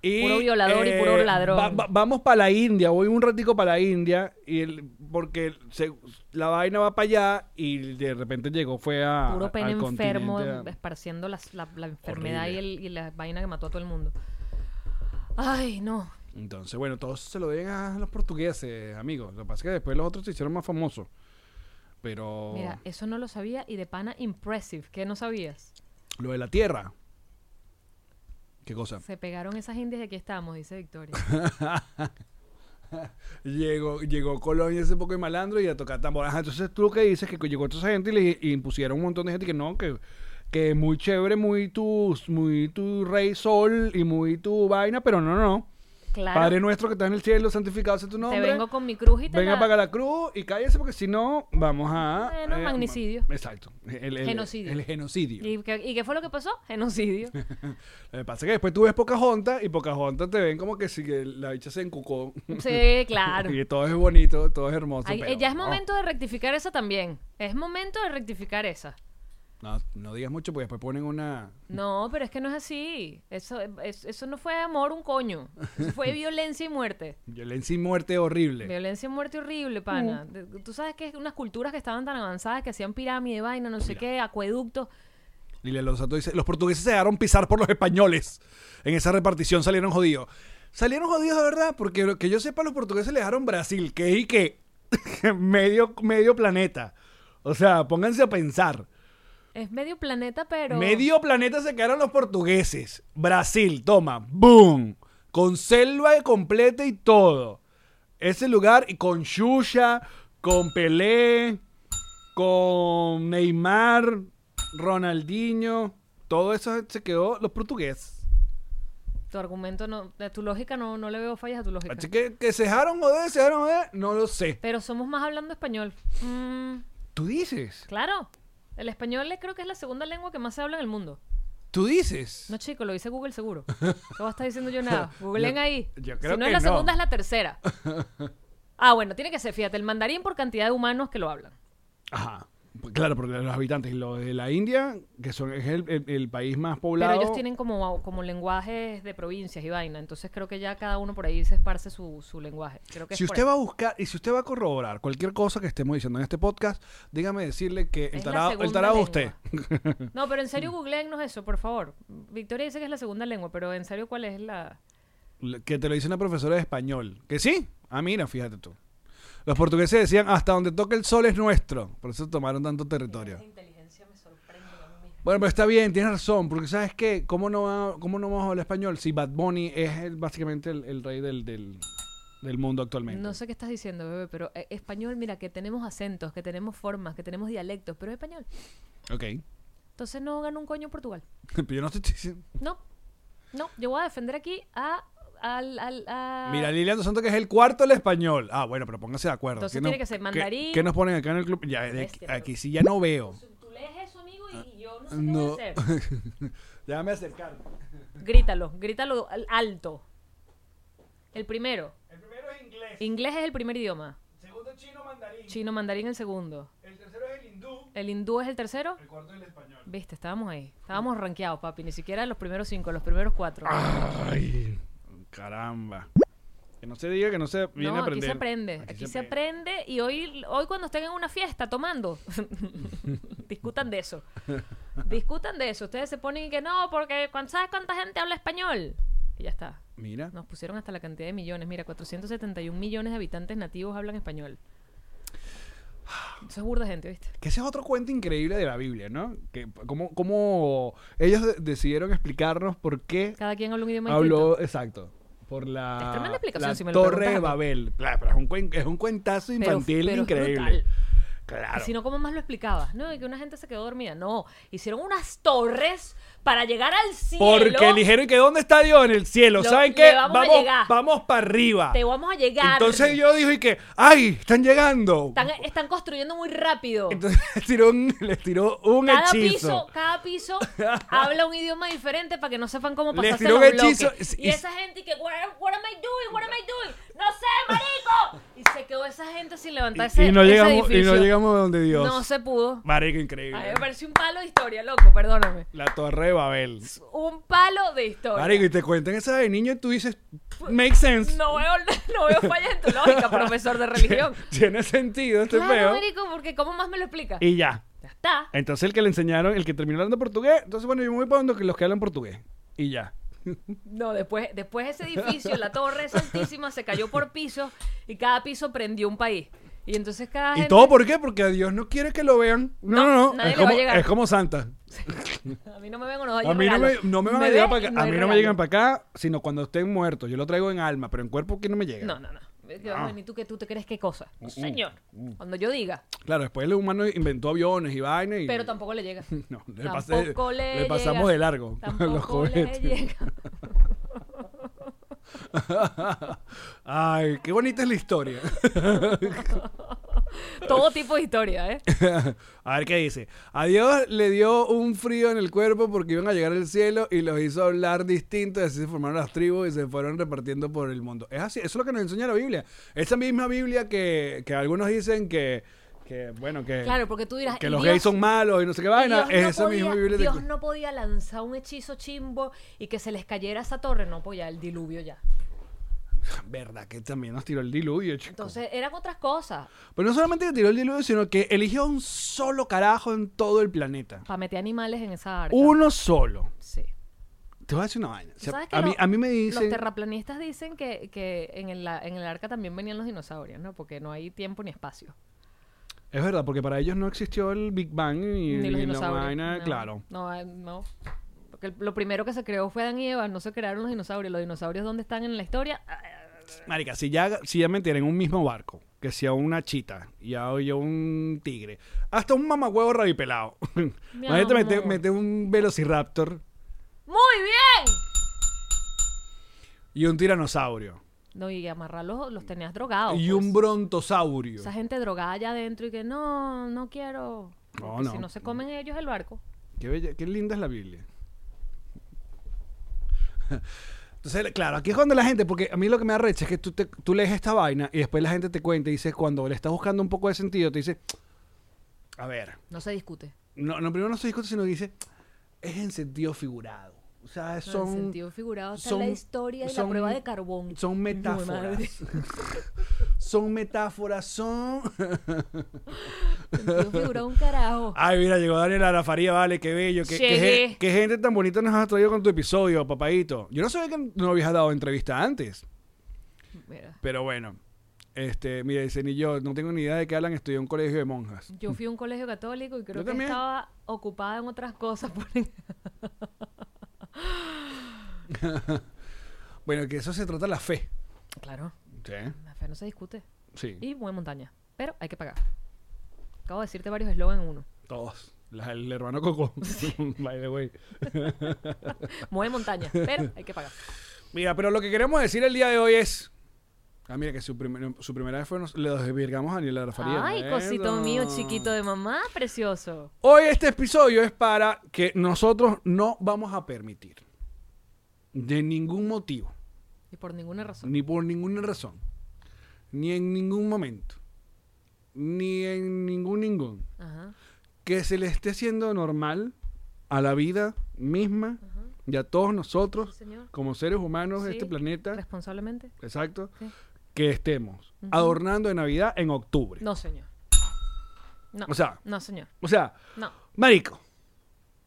C: Y, eh,
B: Puro violador y puro ladrón.
C: va- va- vamos para la India, voy un ratico para la India, y el- porque se- la vaina va para allá y de repente llegó, fue a...
B: Puro pene
C: Ah, al
B: enfermo
C: continente, ah. a-
B: esparciendo las- la, la enfermedad y, el- y la vaina que mató a todo el mundo. Ay, no.
C: Entonces, bueno, todos se lo deben a los portugueses, amigos. Lo que pasa es que después los otros se hicieron más famosos. Pero
B: Mira, eso no lo sabía y de pana impressive, que no sabías.
C: lo de la tierra. ¿Qué cosa?
B: Se pegaron esas indias y aquí estamos, dice Victoria.
C: Llegó, llegó Colón y ese poco de malandro y a tocar tambor. Ajá, entonces tú lo que dices es que llegó toda esa gente y le y impusieron un montón de gente que no, que, que muy chévere, muy tu, muy tu rey sol y muy tu vaina, pero no, no.
B: Claro.
C: Padre nuestro que está en el cielo, santificado sea tu nombre.
B: Te vengo con mi cruz y te
C: Venga a
B: la-
C: pagar la cruz y cállese porque si no, vamos a...
B: Bueno, magnicidio.
C: ma- Exacto. El, el-
B: Genocidio.
C: El genocidio.
B: ¿Y qué, y qué fue lo que pasó? Genocidio.
C: Lo que pasa es que después tú ves Pocahontas y Pocahontas te ven como que si que la bicha se encucó.
B: Sí, claro.
C: y todo es bonito, todo es hermoso.
B: Ay,
C: pero
B: eh, ya es
C: no.
B: momento de rectificar esa también. Es momento de rectificar esa.
C: No, no digas mucho porque después ponen una...
B: No, pero es que no es así. Eso, es- eso no fue amor, un coño. Eso fue violencia y muerte.
C: Violencia y muerte horrible.
B: Violencia y muerte horrible, pana.
C: Mm.
B: De- Tú sabes que unas culturas que estaban tan avanzadas que hacían pirámide, vaina, no sé
C: Mira.
B: qué, acueductos.
C: Lilia Lozato dice, los portugueses se dejaron pisar por los españoles. En esa repartición salieron jodidos. Salieron jodidos de verdad, porque lo que yo sepa, los portugueses le dejaron Brasil, que y que medio, medio planeta. O sea, pónganse a pensar.
B: Es medio planeta, pero.
C: Medio planeta se quedaron los portugueses. Brasil, toma, boom. Con selva completa y todo. Ese lugar, y con Xuxa, con Pelé, con Neymar, Ronaldinho. Todo eso se quedó los portugueses.
B: Tu argumento, no, de tu lógica, no, no le veo fallas a tu lógica.
C: Así que, que se dejaron joder, se dejaron joder, no lo sé.
B: Pero somos más hablando español. Mm,
C: Tú dices,
B: claro. El español eh, creo que es la segunda lengua que más se habla en el mundo.
C: tú dices.
B: No, chico, lo dice Google seguro. No va a estar diciendo yo nada. Googleen
C: Yo-
B: ahí.
C: yo creo
B: si no es
C: que
B: la
C: no.
B: segunda, es la tercera. Ah, bueno, tiene que ser, fíjate, el mandarín por cantidad de humanos que lo hablan.
C: Ajá. Pues Claro, porque los habitantes, lo de la India, que son, es el, el- el país más poblado.
B: Pero ellos tienen como, como lenguajes de provincias y vaina. Entonces creo que ya cada uno por ahí se esparce su, su lenguaje. Creo que
C: Si
B: es por
C: usted
B: ahí.
C: va a buscar y si usted va a corroborar cualquier cosa que estemos diciendo en este podcast, dígame decirle que el
B: Es la
C: tarado, el
B: segunda
C: tarado es usted.
B: lengua. No, pero en
C: Mm.
B: serio, googleennos eso, por favor. Victoria dice que es la segunda lengua, pero en serio, ¿cuál es la...?
C: Que te lo dice una profesora de español. ¿Que sí? Ah, mira, fíjate tú. Los portugueses decían, hasta donde toca el sol es nuestro. Por eso tomaron tanto territorio. Bueno, pero está bien, tienes razón, porque ¿sabes qué? ¿Cómo no, va- cómo no vamos a hablar español si Bad Bunny es el- básicamente el, el rey del, del- del mundo actualmente?
B: No sé qué estás diciendo, bebé, pero eh, español, mira, que tenemos acentos, que tenemos formas, que tenemos dialectos, pero es español.
C: Ok.
B: Entonces no gana un coño Portugal.
C: Pero yo no estoy diciendo...
B: No, no, yo voy a defender aquí a... Al, al, a-
C: Mira, Lilian Dos Santos, que es el cuarto el español. Ah, bueno, pero pónganse de acuerdo.
B: Entonces
C: ¿Qué
B: tiene
C: nos-
B: que ser
C: qué-
B: mandarín.
C: ¿Qué, nos ponen acá en el club? Ya, de aquí,
B: Bestia,
C: aquí sí ya no veo.
B: Tú lees eso, amigo, y y yo no sé qué voy a
C: No.
B: hacer.
C: Déjame acercar.
B: Grítalo, grítalo al- alto. El primero.
C: El primero es inglés,
B: Inglés es el primer idioma.
C: el segundo chino mandarín,
B: Chino, mandarín el segundo.
C: el tercero es el hindú,
B: El hindú es el tercero.
C: el cuarto es el español.
B: Viste, estábamos ahí. Estábamos rankeados, papi. Ni siquiera los primeros cinco, los primeros cuatro.
C: Ah, Ay, caramba. Que no se diga que no se viene
B: no,
C: a
B: aquí
C: aprender.
B: se aprende. Aquí, se, aprende. Y hoy, hoy cuando estén en una fiesta tomando, discutan de eso. Discutan de eso. Ustedes se ponen y que no, porque cuan- ¿sabes cuánta gente habla español? Y ya está.
C: Mira,
B: Nos pusieron hasta la cantidad de millones. Mira, 471 millones de habitantes nativos hablan español. Eso es burda gente, ¿viste?
C: que ese es otro cuento increíble de la Biblia, ¿no? Que cómo, cómo ellos de- decidieron explicarnos por qué
B: Cada quien habla un idioma distinto.
C: Habló, exacto. Por la,
B: Es tremenda explicación,
C: la
B: si me lo
C: Torre
B: preguntas
C: de
B: a mí.
C: Babel. Claro, pero es un, cuen- es un cuentazo
B: Pero-
C: infantil
B: pero es
C: increíble.
B: brutal.
C: Claro.
B: Y si no, ¿cómo más lo explicabas? No, y que una gente se quedó dormida. No, hicieron unas torres para llegar al cielo.
C: Porque dijeron que ¿dónde está Dios? En el cielo.
B: Lo-
C: ¿Saben
B: le
C: qué?
B: vamos a
C: Vamos,
B: llegar.
C: vamos para arriba.
B: Te vamos a llegar.
C: Ah. Entonces yo dije y que, ¡ay! Están llegando.
B: Están, están construyendo muy rápido.
C: Entonces les tiró un, les tiró un
B: cada
C: hechizo.
B: piso, cada piso habla un idioma diferente para que no sepan cómo
C: Les
B: pasarse
C: tiró
B: los
C: un hechizo,
B: bloques. Y
C: y-
B: esa gente que, what, what am I doing, what am I doing? No sé, marico. Y se quedó esa gente sin
C: Y-
B: levantarse
C: y, no
B: ese
C: llegamos, y no
B: edificio.
C: llegamos donde Dios.
B: No se pudo.
C: Marico,
B: A
C: increíble.
B: mí me pareció un palo de historia, loco, perdóname.
C: La Torre de Babel.
B: Un palo de historia.
C: Marico, y te cuentan esa de niño y tú dices, make sense.
B: No veo, no veo fallas en tu lógica, profesor de religión.
C: Tiene sentido este
B: Claro,
C: feo.
B: marico, porque ¿cómo más me lo explica?
C: Y ya.
B: Ya está.
C: Entonces el que le enseñaron, el que terminó hablando portugués, entonces bueno, yo me voy para donde los que hablan portugués. Y ya.
B: No, después, después ese edificio, la torre es altísima, se cayó por pisos y cada piso prendió un país. Y Ah, entonces cada
C: ¿Y
B: gente...
C: todo por qué? Porque a Dios no quiere que lo vean.
B: No,
C: No, no, no.
B: nadie
C: Es
B: le va a
C: como,
B: llegar.
C: es como Santa.
B: A mí no me ven o no
C: A mí no me, no me van a llegar para acá. a mí no me llegan para acá, sino cuando estén muertos. Yo lo traigo en alma, pero en cuerpo que no me llega.
B: No, no, no. Que
C: Ah.
B: vamos a venir tú que tú te crees qué cosa.
C: Mm,
B: No, Señor, cuando yo diga,
C: Claro, después el humano inventó aviones y vainas. Y...
B: pero tampoco le llega.
C: No, le, pasé-
B: Tampoco le,
C: le pasamos
B: llega.
C: de largo.
B: Tampoco
C: los
B: le
C: cohetes.
B: llega.
C: Ay, qué bonita es la historia.
B: Todo tipo de historia, ¿eh?
C: a ver qué dice. A Dios le dio un frío en el cuerpo porque iban a llegar al cielo y los hizo hablar distinto. y Así se formaron las tribus y se fueron repartiendo por el mundo. Es así, eso es lo que nos enseña la Biblia. Esa misma Biblia que, que algunos dicen que, que, bueno, que,
B: Claro, porque tú dirás,
C: que
B: "Y
C: los
B: Dios-
C: gays son malos y no sé qué vaina.
B: Dios
C: Es
B: no
C: esa
B: podía-
C: misma Biblia. de-
B: Dios no podía lanzar un hechizo chimbo y que se les cayera esa torre. No, pues ya el diluvio ya.
C: Verdad que también nos tiró el diluvio, chicos.
B: Entonces eran otras cosas.
C: Pero no solamente que tiró el diluvio, sino que eligió un solo carajo en todo el planeta.
B: Para meter animales en esa arca.
C: Uno solo.
B: Sí.
C: Te voy a decir una vaina. O sea,
B: ¿Sabes que
C: a, mí,
B: lo-
C: a mí me
B: Los
C: dicen.
B: terraplanistas dicen que, que en, el, en el arca también venían los dinosaurios, ¿no? Porque no hay tiempo ni espacio.
C: Es verdad, porque para ellos no existió el Big Bang
B: ni
C: y, y
B: los
C: la
B: dinosaurios.
C: vaina,
B: no,
C: claro.
B: No, eh, no. Porque el- lo primero que se creó fue Adán y Eva, no se crearon los dinosaurios. ¿Los dinosaurios dónde están en la historia? Ah,
C: Marica, si ya, si ya metieran en un mismo barco, que sea una chita, ya oye un tigre, hasta un mamagüevo rabipelado. Imagínate meter,
B: amor.
C: meter un velociraptor
B: ¡Muy bien!
C: y un tiranosaurio
B: No, y amarrarlos los tenías drogados.
C: y
B: pues.
C: un brontosaurio.
B: Esa gente drogada allá adentro y que no, no quiero.
C: No,
B: Porque
C: no.
B: Si no se comen ellos el barco.
C: Qué, bella- qué linda es la Biblia. Entonces, claro, aquí es cuando la gente, porque a mí lo que me arrecha es que tú, te- tú lees esta vaina y después la gente te cuenta y dice, cuando le estás buscando un poco de sentido, te dice, a ver,
B: No se discute.
C: no, no primero no se discute, sino que dice, es en sentido figurado. O sea,
B: No,
C: son...
B: en sentido figurado está
C: son-
B: la historia y
C: son-
B: la prueba de carbón.
C: Son metáforas. son metáforas, son...
B: Sentido figurado un carajo.
C: Ay, mira, llegó Daniel Arafaría, vale, qué bello. Qué, qué
B: Llegué.
C: gen- qué gente tan bonita nos has traído con tu episodio, papadito. Yo no sabía que no habías dado entrevista antes,
B: Mira,
C: pero bueno. Este, mira, dice, ni yo, no tengo ni idea de qué hablan, estudié en un colegio de monjas.
B: yo fui a un colegio católico y creo
C: Yo
B: que
C: también.
B: estaba ocupada en otras cosas. por-
C: Bueno, que eso se trata la fe.
B: claro,
C: Sí.
B: la fe no se discute.
C: Sí.
B: Y buena montaña. Pero hay que pagar. Acabo de decirte varios eslogan en uno.
C: Todos. La- el hermano Coco. By the way.
B: Mueve montaña, pero hay que pagar.
C: Mira, pero lo que queremos decir el día de hoy es. Ah, mira, que su, primer- su primera vez fue. nos- Le desvirgamos a Daniel Arafaría.
B: Ay, cosito mío, chiquito de mamá, precioso.
C: Hoy este episodio es para que nosotros no vamos a permitir de ningún motivo,
B: Y por ninguna razón.
C: ni por ninguna razón, ni en ningún momento, ni en ningún ningún,
B: Ajá.
C: que se le esté haciendo normal a la vida misma y a todos nosotros
B: Sí, señor.
C: como seres humanos de
B: Sí,
C: este planeta,
B: Responsablemente.
C: exacto,
B: Sí.
C: que estemos adornando de Navidad en octubre.
B: No, señor. No.
C: O sea-
B: No, señor.
C: O sea,
B: No.
C: marico,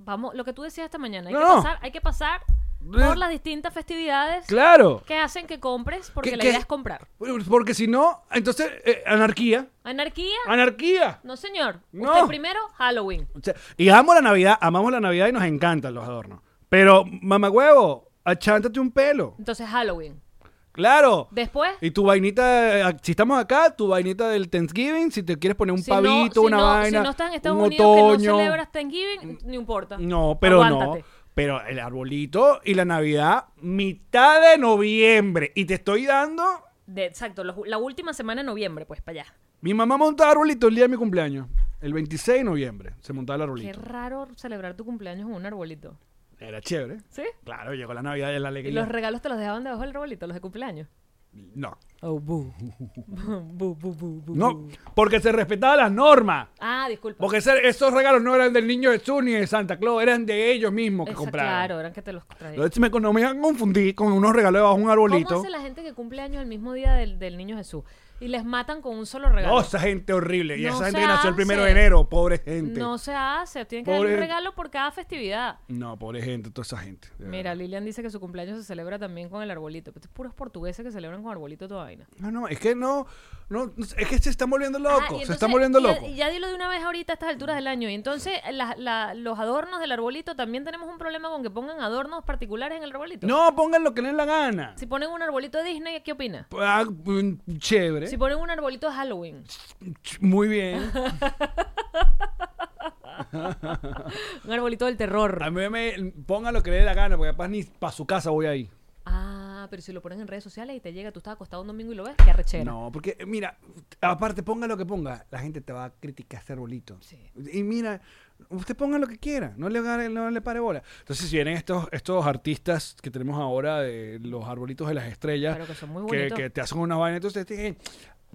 B: Vamos, lo que tú decías esta mañana, hay,
C: No,
B: que,
C: no.
B: Pasar, hay que pasar por las distintas festividades
C: claro.
B: que hacen que compres, porque
C: ¿Qué-
B: la
C: qué?
B: idea es comprar.
C: Bueno, Porque si no, entonces, eh, anarquía.
B: ¿Anarquía?
C: ¡Anarquía!
B: No, señor.
C: No.
B: Usted primero, Halloween.
C: O sea, y amo la Navidad, amamos la Navidad y nos encantan los adornos. Pero, mamagüevo, achántate un pelo.
B: Entonces, Halloween.
C: Claro.
B: Después,
C: Y tu vainita, eh, si estamos acá, tu vainita del Thanksgiving, si te quieres poner un
B: si, no,
C: pavito,
B: si
C: una
B: no-
C: vaina,
B: si no estás en Estados
C: un
B: Unidos que
C: otoño. Mm.
B: no celebras Thanksgiving, no importa.
C: No, pero
B: Aguántate.
C: no. Pero el arbolito y la Navidad, mitad de noviembre. Y te estoy dando...
B: De- exacto, los- la última semana de noviembre, pues, para allá.
C: Mi mamá montaba arbolito el día de mi cumpleaños. El 26 de noviembre se montaba el
B: Qué
C: arbolito.
B: raro celebrar tu cumpleaños con un arbolito.
C: Era chévere.
B: ¿Sí?
C: Claro, llegó la Navidad y la
B: Y
C: alegría.
B: los regalos te los dejaban debajo del arbolito, los de cumpleaños.
C: No.
B: Oh, boo. boo, boo, boo, boo,
C: No,
B: boo.
C: porque se respetaban las normas.
B: Ah, disculpa.
C: Porque ese- esos regalos no eran del niño Jesús ni de Santa Claus, eran de ellos mismos que
B: Esa-
C: compraron.
B: Claro, eran que te los traían.
C: Entonces me, no me confundí con unos regalos debajo de un
B: ¿Cómo
C: arbolito.
B: hace la gente que cumple años el mismo día del, del niño Jesús? Y les matan con un solo regalo.
C: No, esa gente horrible. Y
B: No
C: esa
B: se
C: gente que nació el primero de
B: hace.
C: enero, pobre gente.
B: no
C: No,
B: se hace. Tienen que
C: Pobre
B: dar un
C: gente.
B: regalo por cada festividad.
C: pobre gente, toda esa gente. de verdad.
B: Mira, Lilian dice que su cumpleaños se celebra también con el arbolito. Pero estos puros portugueses que celebran con arbolito toda vaina.
C: No, no, es que no, no, es que se están volviendo
B: Ah, y
C: locos, se
B: entonces-
C: están volviendo
B: y ya-
C: locos.
B: Y ya dilo de una vez ahorita a estas alturas del año. Y entonces la- la- los adornos del arbolito, también tenemos un problema con que pongan adornos particulares en el arbolito.
C: No, pongan lo que les dé la gana.
B: Si ponen un arbolito de Disney, ¿qué opina?
C: Ah, mm, chévere.
B: Si ponen un arbolito de Halloween.
C: Muy bien.
B: Un arbolito del terror.
C: A mí me pongan lo que les dé la gana, porque capaz ni para su casa voy ahí.
B: Ah, pero si lo pones en redes sociales y te llega, tú estás acostado un domingo y lo ves, qué arrechera.
C: No, porque eh, mira, aparte ponga lo que ponga, la gente te va a criticar ser bolito.
B: Sí.
C: Y mira, usted ponga lo que quiera, no le, agarre- no le pare bola. Entonces, si vienen estos, estos artistas que tenemos ahora de los arbolitos de las estrellas,
B: Pero que son muy
C: que,
B: bonitos.
C: que te hacen una vaina, entonces te dicen,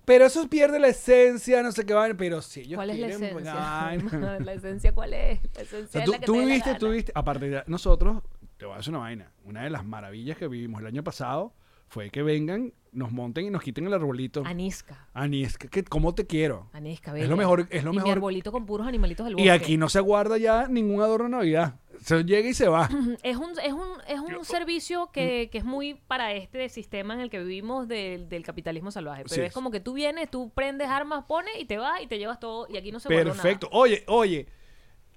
C: pero eso pierde la esencia, no sé qué vaina, pero sí. ellos
B: ¿Cuál es la
C: quieren
B: esencia?
C: vaina.
B: la esencia, ¿cuál es? La esencia
C: O sea,
B: es
C: tú,
B: la que
C: tú
B: te dé la
C: viviste,
B: gana.
C: tú viviste, aparte de nosotros, te voy a decir una vaina. Una de las maravillas que vivimos el año pasado fue que vengan, nos monten y nos quiten el arbolito.
B: Ah, Anisca.
C: Anís, que, que- ¿cómo te quiero?
B: Anisca,
C: Es
B: bella.
C: lo mejor- es lo
B: Y mi
C: mejor.
B: arbolito con puros animalitos del bosque.
C: Y aquí no se guarda ya ningún adorno de Navidad. Se llega y se va.
B: Es un, es un, es un
C: mm.
B: servicio que, que es muy para este sistema en el que vivimos del, del capitalismo salvaje. Pero
C: Sí.
B: es como que tú vienes, tú prendes armas, pones y te vas y te llevas todo. Y aquí no se guardó nada.
C: Perfecto. Oye, oye.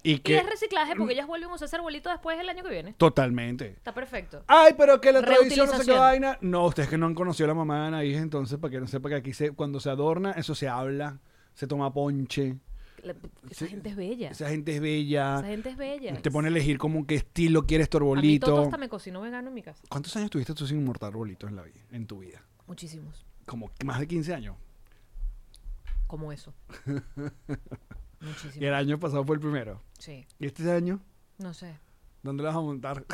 C: Y
B: Y
C: que. mm.
B: es reciclaje porque ellas vuelven a usar ese arbolito después el año que viene.
C: Totalmente.
B: Está perfecto.
C: Ay, pero que la tradición no sé qué
B: Reutilización.
C: vaina. No, ustedes que no han conocido a la mamá de Anaís, entonces, para que no sepa que aquí se, cuando se adorna, eso se habla, se toma ponche.
B: La- esa
C: Sí.
B: gente es bella.
C: Esa gente es bella.
B: Esa gente es bella.
C: Te pone a elegir como qué estilo quieres tu
B: A mí Toto
C: arbolito.
B: hasta me cocinó vegano en mi casa.
C: ¿Cuántos años tuviste tú sin mortar arbolitos en la vida, en tu vida?
B: Muchísimos.
C: Como que más de 15 años.
B: Como eso.
C: Y
B: Muchísimos.
C: el año pasado fue el primero.
B: Sí.
C: ¿Y este año?
B: No sé.
C: ¿Dónde lo vas a montar?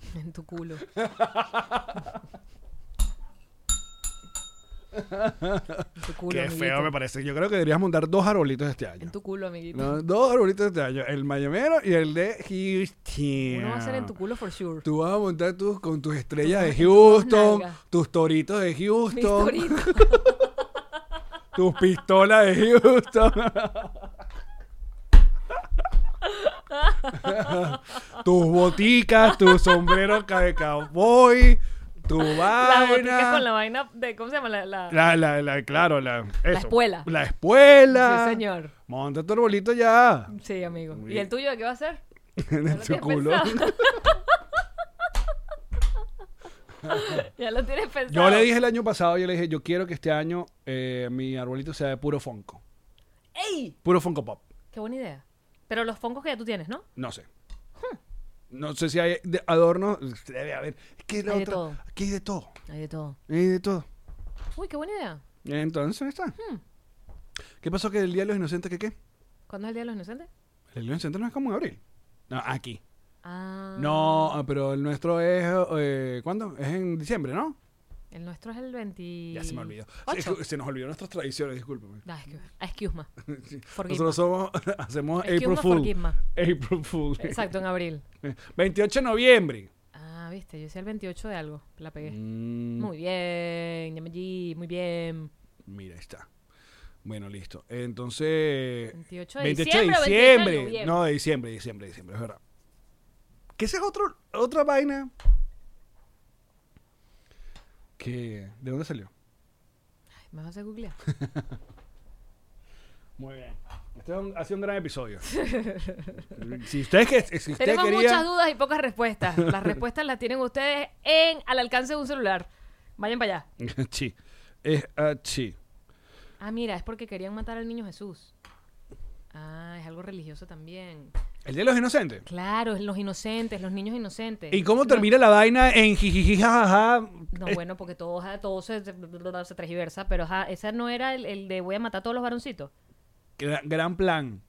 B: En tu culo. en tu culo.
C: Qué feo
B: amiguito.
C: me parece. Yo creo que deberías montar dos arbolitos este año.
B: En tu culo, amiguito.
C: No, dos arbolitos este año. El mayomero y el de Houston.
B: Uno va a ser en tu culo for sure.
C: Tú vas a montar tus, con tus estrellas de
B: montar tus
C: Houston,
B: nalgas.
C: tus toritos de
B: Mi
C: Houston,
B: historita.
C: tus pistolas de Houston. tus boticas, tu sombrero ca- de cowboy, tu vaina.
B: La botica con la vaina de. ¿Cómo se llama? La, la-
C: La, la, la, claro, la, eso.
B: espuela.
C: La espuela.
B: Sí, señor.
C: Monta tu arbolito ya.
B: Sí, amigo.
C: Muy
B: ¿Y
C: bien.
B: el tuyo de qué va a ser?
C: En
B: lo
C: tu
B: había
C: culo.
B: pensado. ya lo tienes pensado.
C: Yo le dije el año pasado, yo le dije, yo quiero que este año eh, mi arbolito sea de puro Funko.
B: ¡Ey!
C: Puro Funko Pop.
B: Qué buena idea. Pero los fongos que ya tú tienes, ¿no?
C: No sé. No sé si hay de- adornos. Debe haber. Es que la
B: Hay de
C: otra-
B: todo.
C: Aquí hay de todo.
B: Hay de todo.
C: Hay de todo.
B: Uy, qué buena idea.
C: Entonces, ahí está.
B: Hmm.
C: ¿Qué pasó que el Día de los Inocentes, que qué?
B: ¿Cuándo es el Día de los Inocentes?
C: El Día de los Inocentes no es como en abril. No, aquí.
B: Ah.
C: No, ah, pero el nuestro es. eh, ¿Cuándo? Es en diciembre, ¿no?
B: El nuestro es el 20.
C: Ya se me olvidó. Se,
B: Ocho.
C: se nos olvidó nuestras tradiciones, discúlpame.
B: Ah, excuse, ah, excuse me.
C: Sí.
B: Forgive
C: Nosotros somos, hacemos
B: Es que
C: April
B: uno
C: Fool.
B: forgive ma.
C: April Fool.
B: Exacto, en abril.
C: 28 de noviembre.
B: Ah, viste, yo hice el 28 de algo. La pegué.
C: Mm,
B: Muy bien, Yamaji, muy bien.
C: Mira, ahí está. Bueno, listo. Entonces.
B: 28 de diciembre o 28 de noviembre.
C: no, de diciembre, diciembre, diciembre, es verdad. Que esa es otro, otra vaina. Que, ¿De dónde salió?
B: Ay, Me vas a googlear.
C: Muy bien. Este es un- ha sido un gran episodio. si ustedes, que, si ustedes
B: Tenemos muchas
C: querían.
B: dudas y pocas respuestas. Las respuestas las tienen ustedes en al alcance de un celular. Vayan para allá.
C: sí. Es así.
B: Ah, mira, es porque querían matar al niño Jesús. Ah, es algo religioso también.
C: El Día de los Inocentes.
B: Claro, es los inocentes, los niños inocentes.
C: ¿Y cómo
B: No,
C: termina la vaina en jijiji, jajaja?
B: No,
C: Es-
B: bueno, porque todo, ajá, todo se, se- se transgiversa, pero ajá, esa no era el, el de voy a matar a todos los varoncitos.
C: gra- gran plan.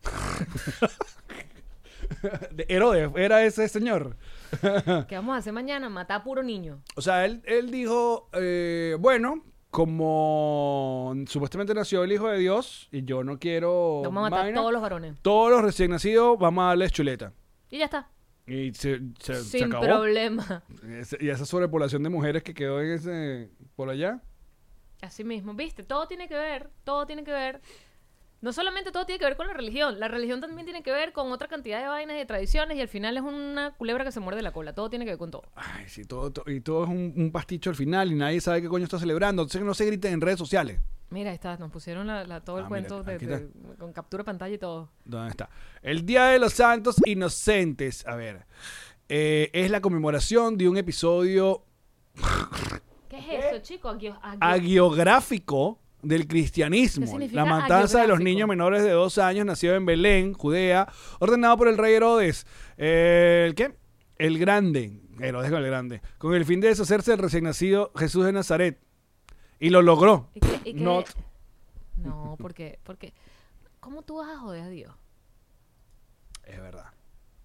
C: De Herodes era ese señor. Ah.
B: ¿Qué vamos a hacer mañana? Matar a puro niño.
C: O sea, él, él dijo, eh, bueno, como supuestamente nació el Hijo de Dios y yo no quiero...
B: Vamos a matar
C: Oh, vaina,
B: a todos los varones.
C: todos los recién nacidos vamos a darles chuleta.
B: Y ya está.
C: Y se, se- se
B: Sin
C: acabó.
B: problema.
C: Ese- Y esa sobrepoblación de mujeres que quedó en ese, por allá.
B: Así mismo, viste, todo tiene que ver, todo tiene que ver. No solamente todo tiene que ver con la religión, la religión también tiene que ver con otra cantidad de vainas y de tradiciones y al final es una culebra que se muerde la cola, todo tiene que ver con todo.
C: Ay, sí, todo, todo- y todo es un, un pasticho al final y nadie sabe qué coño está celebrando. Entonces que no se griten en redes sociales.
B: Mira, ahí está, nos pusieron la- la- todo el
C: Ah, mira,
B: cuento de-
C: aquí
B: de- con captura de pantalla y todo.
C: ¿Dónde está? El Día de los Santos Inocentes. A ver. eh, es la conmemoración de un episodio
B: ¿Qué es eso, chicos?
C: agiográfico del
B: ¿Qué
C: cristianismo.
B: significa
C: La matanza de los
B: hagiográfico?
C: niños menores de dos años nacidos en Belén, Judea, ordenado por el rey Herodes. Eh, ¿El qué? El Grande. Herodes el Grande, con el fin de deshacerse del recién nacido Jesús de Nazaret. Y lo logró.
B: ¿Y qué- y qué-
C: Not.
B: No, porque, porque. ¿Cómo tú vas a joder a Dios?
C: Es verdad.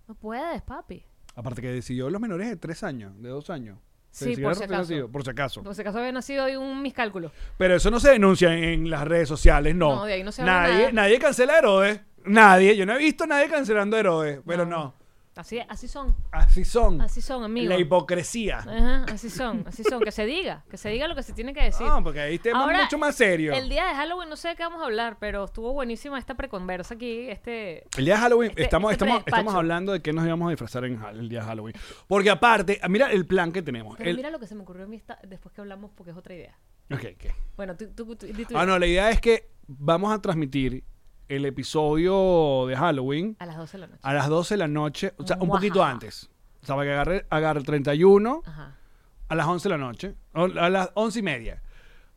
B: No puedes, papi.
C: Aparte que decidió los menores de tres años, de dos años.
B: Sí,
C: Decidió
B: por si
C: recién
B: acaso. Pues-
C: nacido, por si acaso.
B: Por si acaso había nacido hoy un miscálculo.
C: Pero eso no se denuncia en, en las redes sociales, no.
B: No, de ahí no se habla
C: nadie,
B: nada.
C: nadie cancela a Herodes. Nadie. Yo no he visto a nadie cancelando a Herodes. Pero no.
B: Así, así son,
C: Así son.
B: así son, amigo. Eh,
C: La hipocresía.
B: Ajá, así son, así son. Que se diga, que se diga lo que se tiene que decir.
C: Ah, porque ahí tema
B: Ahora,
C: mucho más serio.
B: El día de Halloween no sé de qué vamos a hablar, pero estuvo buenísima esta preconversa aquí, este...
C: El día de Halloween,
B: Este-
C: estamos,
B: este
C: estamos,
B: predespacho.
C: estamos hablando de que nos íbamos a disfrazar en Hall- el día de Halloween. Porque aparte, ah, mira el plan que tenemos.
B: Pero
C: El-
B: mira lo que se me ocurrió a mí esta- después que hablamos porque es otra idea.
C: Ok, ¿qué?
B: Bueno, tú, tú, tú- di tú.
C: Ah, no, la idea es que vamos a transmitir el episodio de Halloween
B: A las 12 de la noche.
C: a las 12 de la noche, o sea, un poquito
B: Muajaja.
C: antes. O sea, para que agarre, agarre el 31
B: Ajá.
C: a las 11 de la noche, o a las 11 y media.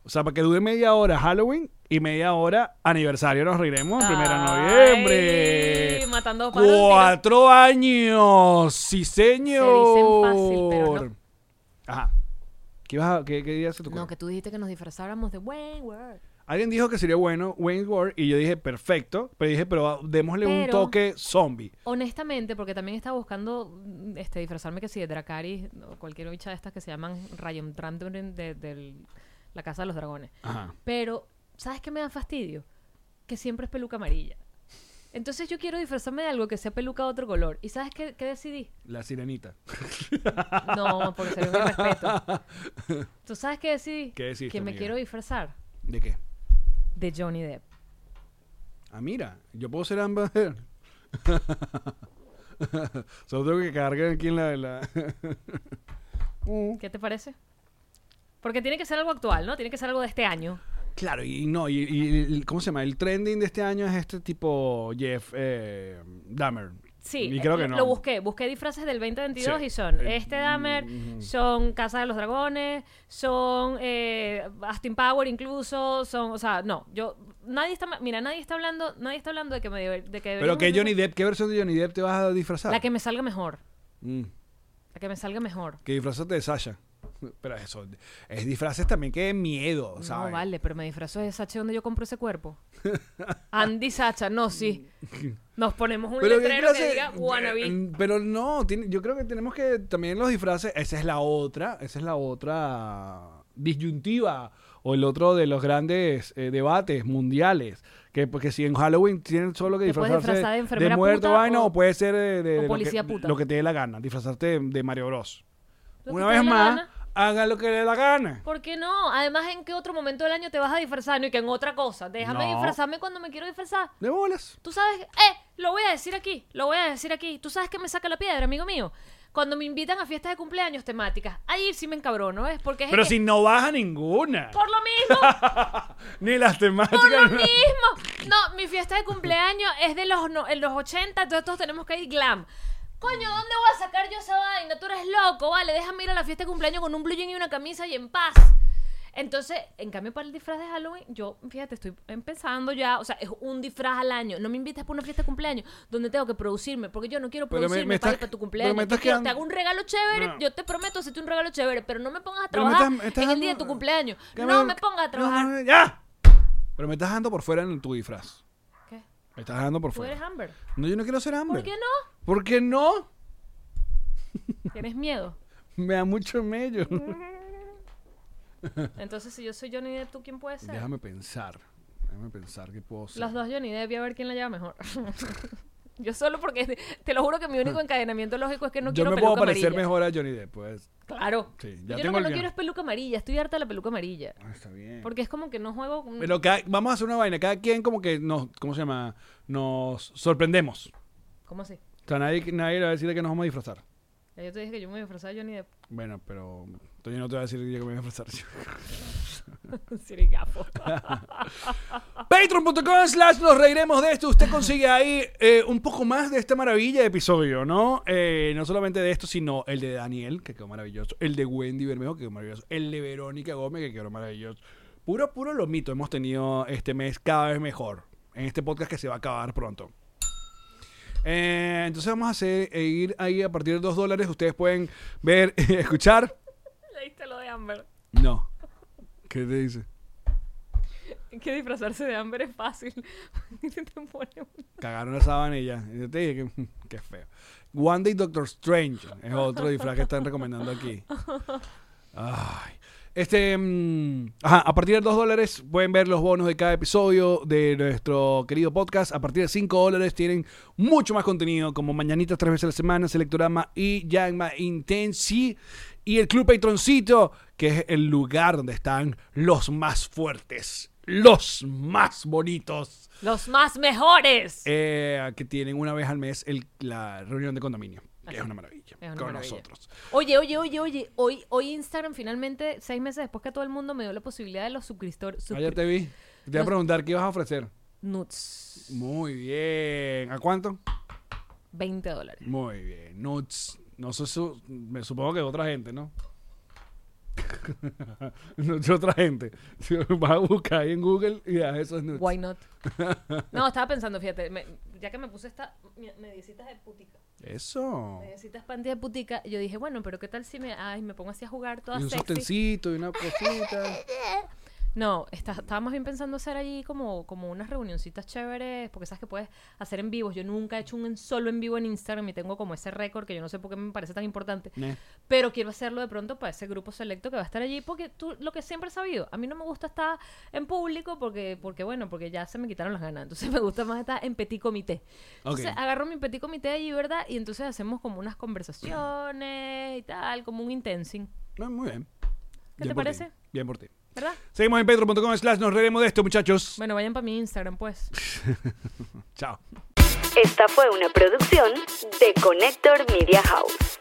C: O sea, para que dure media hora Halloween y media hora aniversario. Nos reiremos el primero de noviembre.
B: Ay, matando pájaros de un tiro.
C: Cuatro años, sí señor.
B: fácil, pero no.
C: Ajá. ¿Qué, ibas a- qué- qué día se te ocurre?
B: No, que tú dijiste que nos disfrazáramos de Wayne World.
C: Alguien dijo que sería bueno Wayne's World y yo dije perfecto, pero dije, pero ah, démosle un
B: Pero-
C: toque zombie.
B: Honestamente, porque también estaba buscando mm, este, disfrazarme que si de Dracaris o cualquier bicha de estas que se llaman Rayon Trantun de, del- la Casa de los Dragones.
C: Ajá.
B: Pero, ¿sabes qué me da fastidio? Que siempre es peluca amarilla. Entonces yo quiero disfrazarme de algo que sea peluca de otro color. ¿Y sabes qué, qué decidí?
C: La sirenita.
B: No, porque sería un irrespeto. ¿Tú sabes qué decidí?
C: ¿Qué decidiste,
B: que me
C: amiga?
B: quiero disfrazar
C: ¿De qué?
B: de Johnny Depp.
C: Ah, mira, yo puedo ser Amber Heard. Solo tengo que cargar aquí en la... en la- Mm.
B: ¿Qué te parece? Porque tiene que ser algo actual, ¿no? Tiene que ser algo de este año.
C: Claro, y no, y, y el- ¿cómo se llama? El trending de este año es este tipo Jeff eh, Dahmer.
B: Sí,
C: y creo
B: eh,
C: que
B: lo-
C: no.
B: Lo busqué, busqué disfraces del 2022
C: Sí.
B: y son
C: Eh,
B: este Dahmer, son Casa de los Dragones, son eh, Austin Power incluso, son, o sea, no, yo nadie está, ma- mira, nadie está hablando, nadie está hablando de que me debe- de que
C: Pero
B: deberíamos
C: que
B: hacer-
C: Johnny Depp, ¿qué versión de Johnny Depp te vas a disfrazar?
B: la que me salga mejor,
C: Mm,
B: la que me salga mejor.
C: que disfrazate de Sasha. Pero eso, es disfraces también que de miedo, ¿sabes?
B: No vale, pero me disfrazo de Sacha donde yo compro ese cuerpo. Andy Sacha, no, sí. Nos ponemos un
C: Pero, ¿qué
B: letrero que
C: clase-
B: diga wannabe.
C: eh, Pero no, tiene- yo creo que tenemos que también los disfraces, esa es la otra, esa es la otra disyuntiva o el otro de los grandes eh, debates mundiales, que porque si en Halloween tienen solo que
B: Te puedes
C: disfrazarse
B: disfrazar de enfermera
C: muerto
B: puta
C: vaina
B: o-
C: o, puede ser de, de
B: o
C: lo,
B: policía
C: que,
B: puta.
C: lo que te dé la gana, disfrazarte de, de Mario Bros.
B: Lo que
C: Una
B: te dé
C: vez
B: la
C: más,
B: gana.
C: hagan lo que le dé la gana.
B: ¿Por qué no? Además, ¿en qué otro momento del año te vas a disfrazar? No, y que en otra cosa. Déjame
C: No.
B: disfrazarme cuando me quiero disfrazar.
C: De bolas.
B: Tú sabes, eh, lo voy a decir aquí, lo voy a decir aquí. Tú sabes que me saca la piedra, amigo mío. Cuando me invitan a fiestas de cumpleaños temáticas, ahí sí me encabrono, ¿ves? Porque es
C: Pero
B: que-
C: si no baja ninguna.
B: Por lo mismo,
C: Ni las temáticas.
B: por lo
C: no.
B: mismo. No, mi fiesta de cumpleaños es de los, no- en los 80, entonces todos tenemos que ir glam. Coño, ¿dónde voy a sacar yo esa vaina? Tú eres loco, vale, déjame ir a la fiesta de cumpleaños con un blue jean y una camisa y en paz. Entonces, en cambio, para el disfraz de Halloween, yo, fíjate, estoy empezando ya, o sea, es un disfraz al año. No me invitas para una fiesta de cumpleaños donde tengo que producirme, porque yo no quiero
C: Pero me- me
B: producirme
C: estás-
B: para, para tu
C: pero me
B: cumpleaños. Yo
C: estás
B: quiero-
C: quedando-
B: te hago un regalo chévere,
C: No.
B: yo te prometo hacerte un regalo chévere, pero no me pongas a
C: Pero me
B: trabajar
C: estás- me estás
B: en el día de
C: dando-
B: tu cumpleaños.
C: que
B: no me pongas a trabajar.
C: no, no, ¡Ya! Pero me estás dejando por fuera en tu disfraz.
B: ¿Qué?
C: Me estás dejando por
B: ¿Tú eres
C: fuera.
B: Amber?
C: No, yo no quiero ser hambre.
B: ¿Por qué no?
C: ¿Por qué no?
B: Tienes miedo.
C: Me da mucho mello.
B: Entonces, si yo soy Johnny Depp, ¿tú quién puede ser?
C: Déjame pensar. Déjame pensar qué puedo ser.
B: Los dos Johnny Depp y a ver quién la lleva mejor. yo solo porque te lo juro que mi único encadenamiento lógico es que no
C: Ah. yo
B: quiero
C: me
B: peluca
C: puedo parecer
B: amarilla.
C: mejor a Johnny Depp, pues.
B: Claro.
C: Sí, ya
B: yo lo
C: tengo
B: que
C: el
B: no
C: mío.
B: quiero es peluca amarilla. Estoy harta de la peluca amarilla.
C: Ah, está bien.
B: Porque es como que no juego. con-
C: Pero cada- vamos a hacer una vaina. Cada quien como que nos... ¿Cómo se llama? Nos sorprendemos.
B: ¿Cómo así?
C: O sea, nadie, nadie le va a decir de que nos vamos a disfrazar.
B: Ya yo te dije que yo me disfrazaba de Johnny Depp.
C: Bueno, pero... Entonces yo no te voy a decir yo que me voy a disfrazar.
B: Sirigapo.
C: Patreon.com slash nos reiremos de esto. Usted consigue ahí eh, un poco más de esta maravilla de episodio, ¿no? Eh, no solamente de esto, sino el de Daniel, que quedó maravilloso. El de Wendy Bermejo, que quedó maravilloso. El de Verónica Gómez, que quedó maravilloso. Puro, puro lomito hemos tenido este mes cada vez mejor. En este podcast que se va a acabar pronto. Eh, entonces vamos a hacer, e ir ahí a partir de 2 dólares. Ustedes pueden ver, escuchar.
B: Leíste lo de Amber.
C: No. ¿Qué te dice?
B: Que disfrazarse de Amber es fácil. Y te pone un-
C: Cagaron la sábana y ya. Yo te dije que "Mm, qué feo. One Day Doctor Strange es otro disfraz que están recomendando aquí. Ay. Este, mm, ajá, a partir de 2 dólares pueden ver los bonos de cada episodio de nuestro querido podcast. A partir de 5 dólares tienen mucho más contenido, como Mañanitas tres veces a la semana, Selectorama y Yagma Intensi. Y el Club Patroncito, que es el lugar donde están los más fuertes, los más bonitos.
B: ¡Los más mejores!
C: Eh, que tienen una vez al mes el- la reunión de condominio. que es una maravilla.
B: una
C: con
B: maravilla.
C: nosotros.
B: Oye, oye, oye, oye. Hoy, hoy Instagram finalmente, seis meses después que todo el mundo me dio la posibilidad de los suscriptores.
C: Ayer Ah, te vi. Te iba a
B: Los-
C: preguntar qué ibas a ofrecer.
B: Nuts.
C: Muy bien. ¿A cuánto?
B: 20 dólares.
C: Muy bien. Nuts. No sé, su- me supongo que otra gente, ¿no? no de otra gente. Si vas a buscar ahí en Google y a esos nuts.
B: Why not? No, estaba pensando, fíjate, me- ya que me puse esta me- mediecitas de putica,
C: Eso.
B: mediecitas panty de putica, yo dije, bueno, pero qué tal si me, ay, me pongo así a jugar
C: Y
B: toda
C: un
B: sexy.
C: sostencito y una cosita.
B: No, está, estaba más bien pensando hacer allí como, como unas reunioncitas chéveres, porque sabes que puedes hacer en vivos. Yo nunca he hecho un en- solo en vivo en Instagram y tengo como ese récord que yo no sé por qué me parece tan importante.
C: Nah.
B: Pero quiero hacerlo de pronto para ese grupo selecto que va a estar allí, porque tú lo que siempre he sabido, a mí no me gusta estar en público porque, porque bueno, porque ya se me quitaron las ganas. Entonces me gusta más estar en petit comité. Entonces
C: Ok.
B: agarro mi petit comité allí, ¿verdad? Y entonces hacemos como unas conversaciones y tal, como un intensing,
C: No, muy bien.
B: ¿Qué
C: Bien
B: te
C: por
B: parece?
C: Bien por ti.
B: ¿verdad?
C: Seguimos en petro.com slash nos reiremos de esto, muchachos.
B: Bueno, vayan para mi Instagram, pues.
C: Chao.
D: Esta fue una producción de Connector Media House.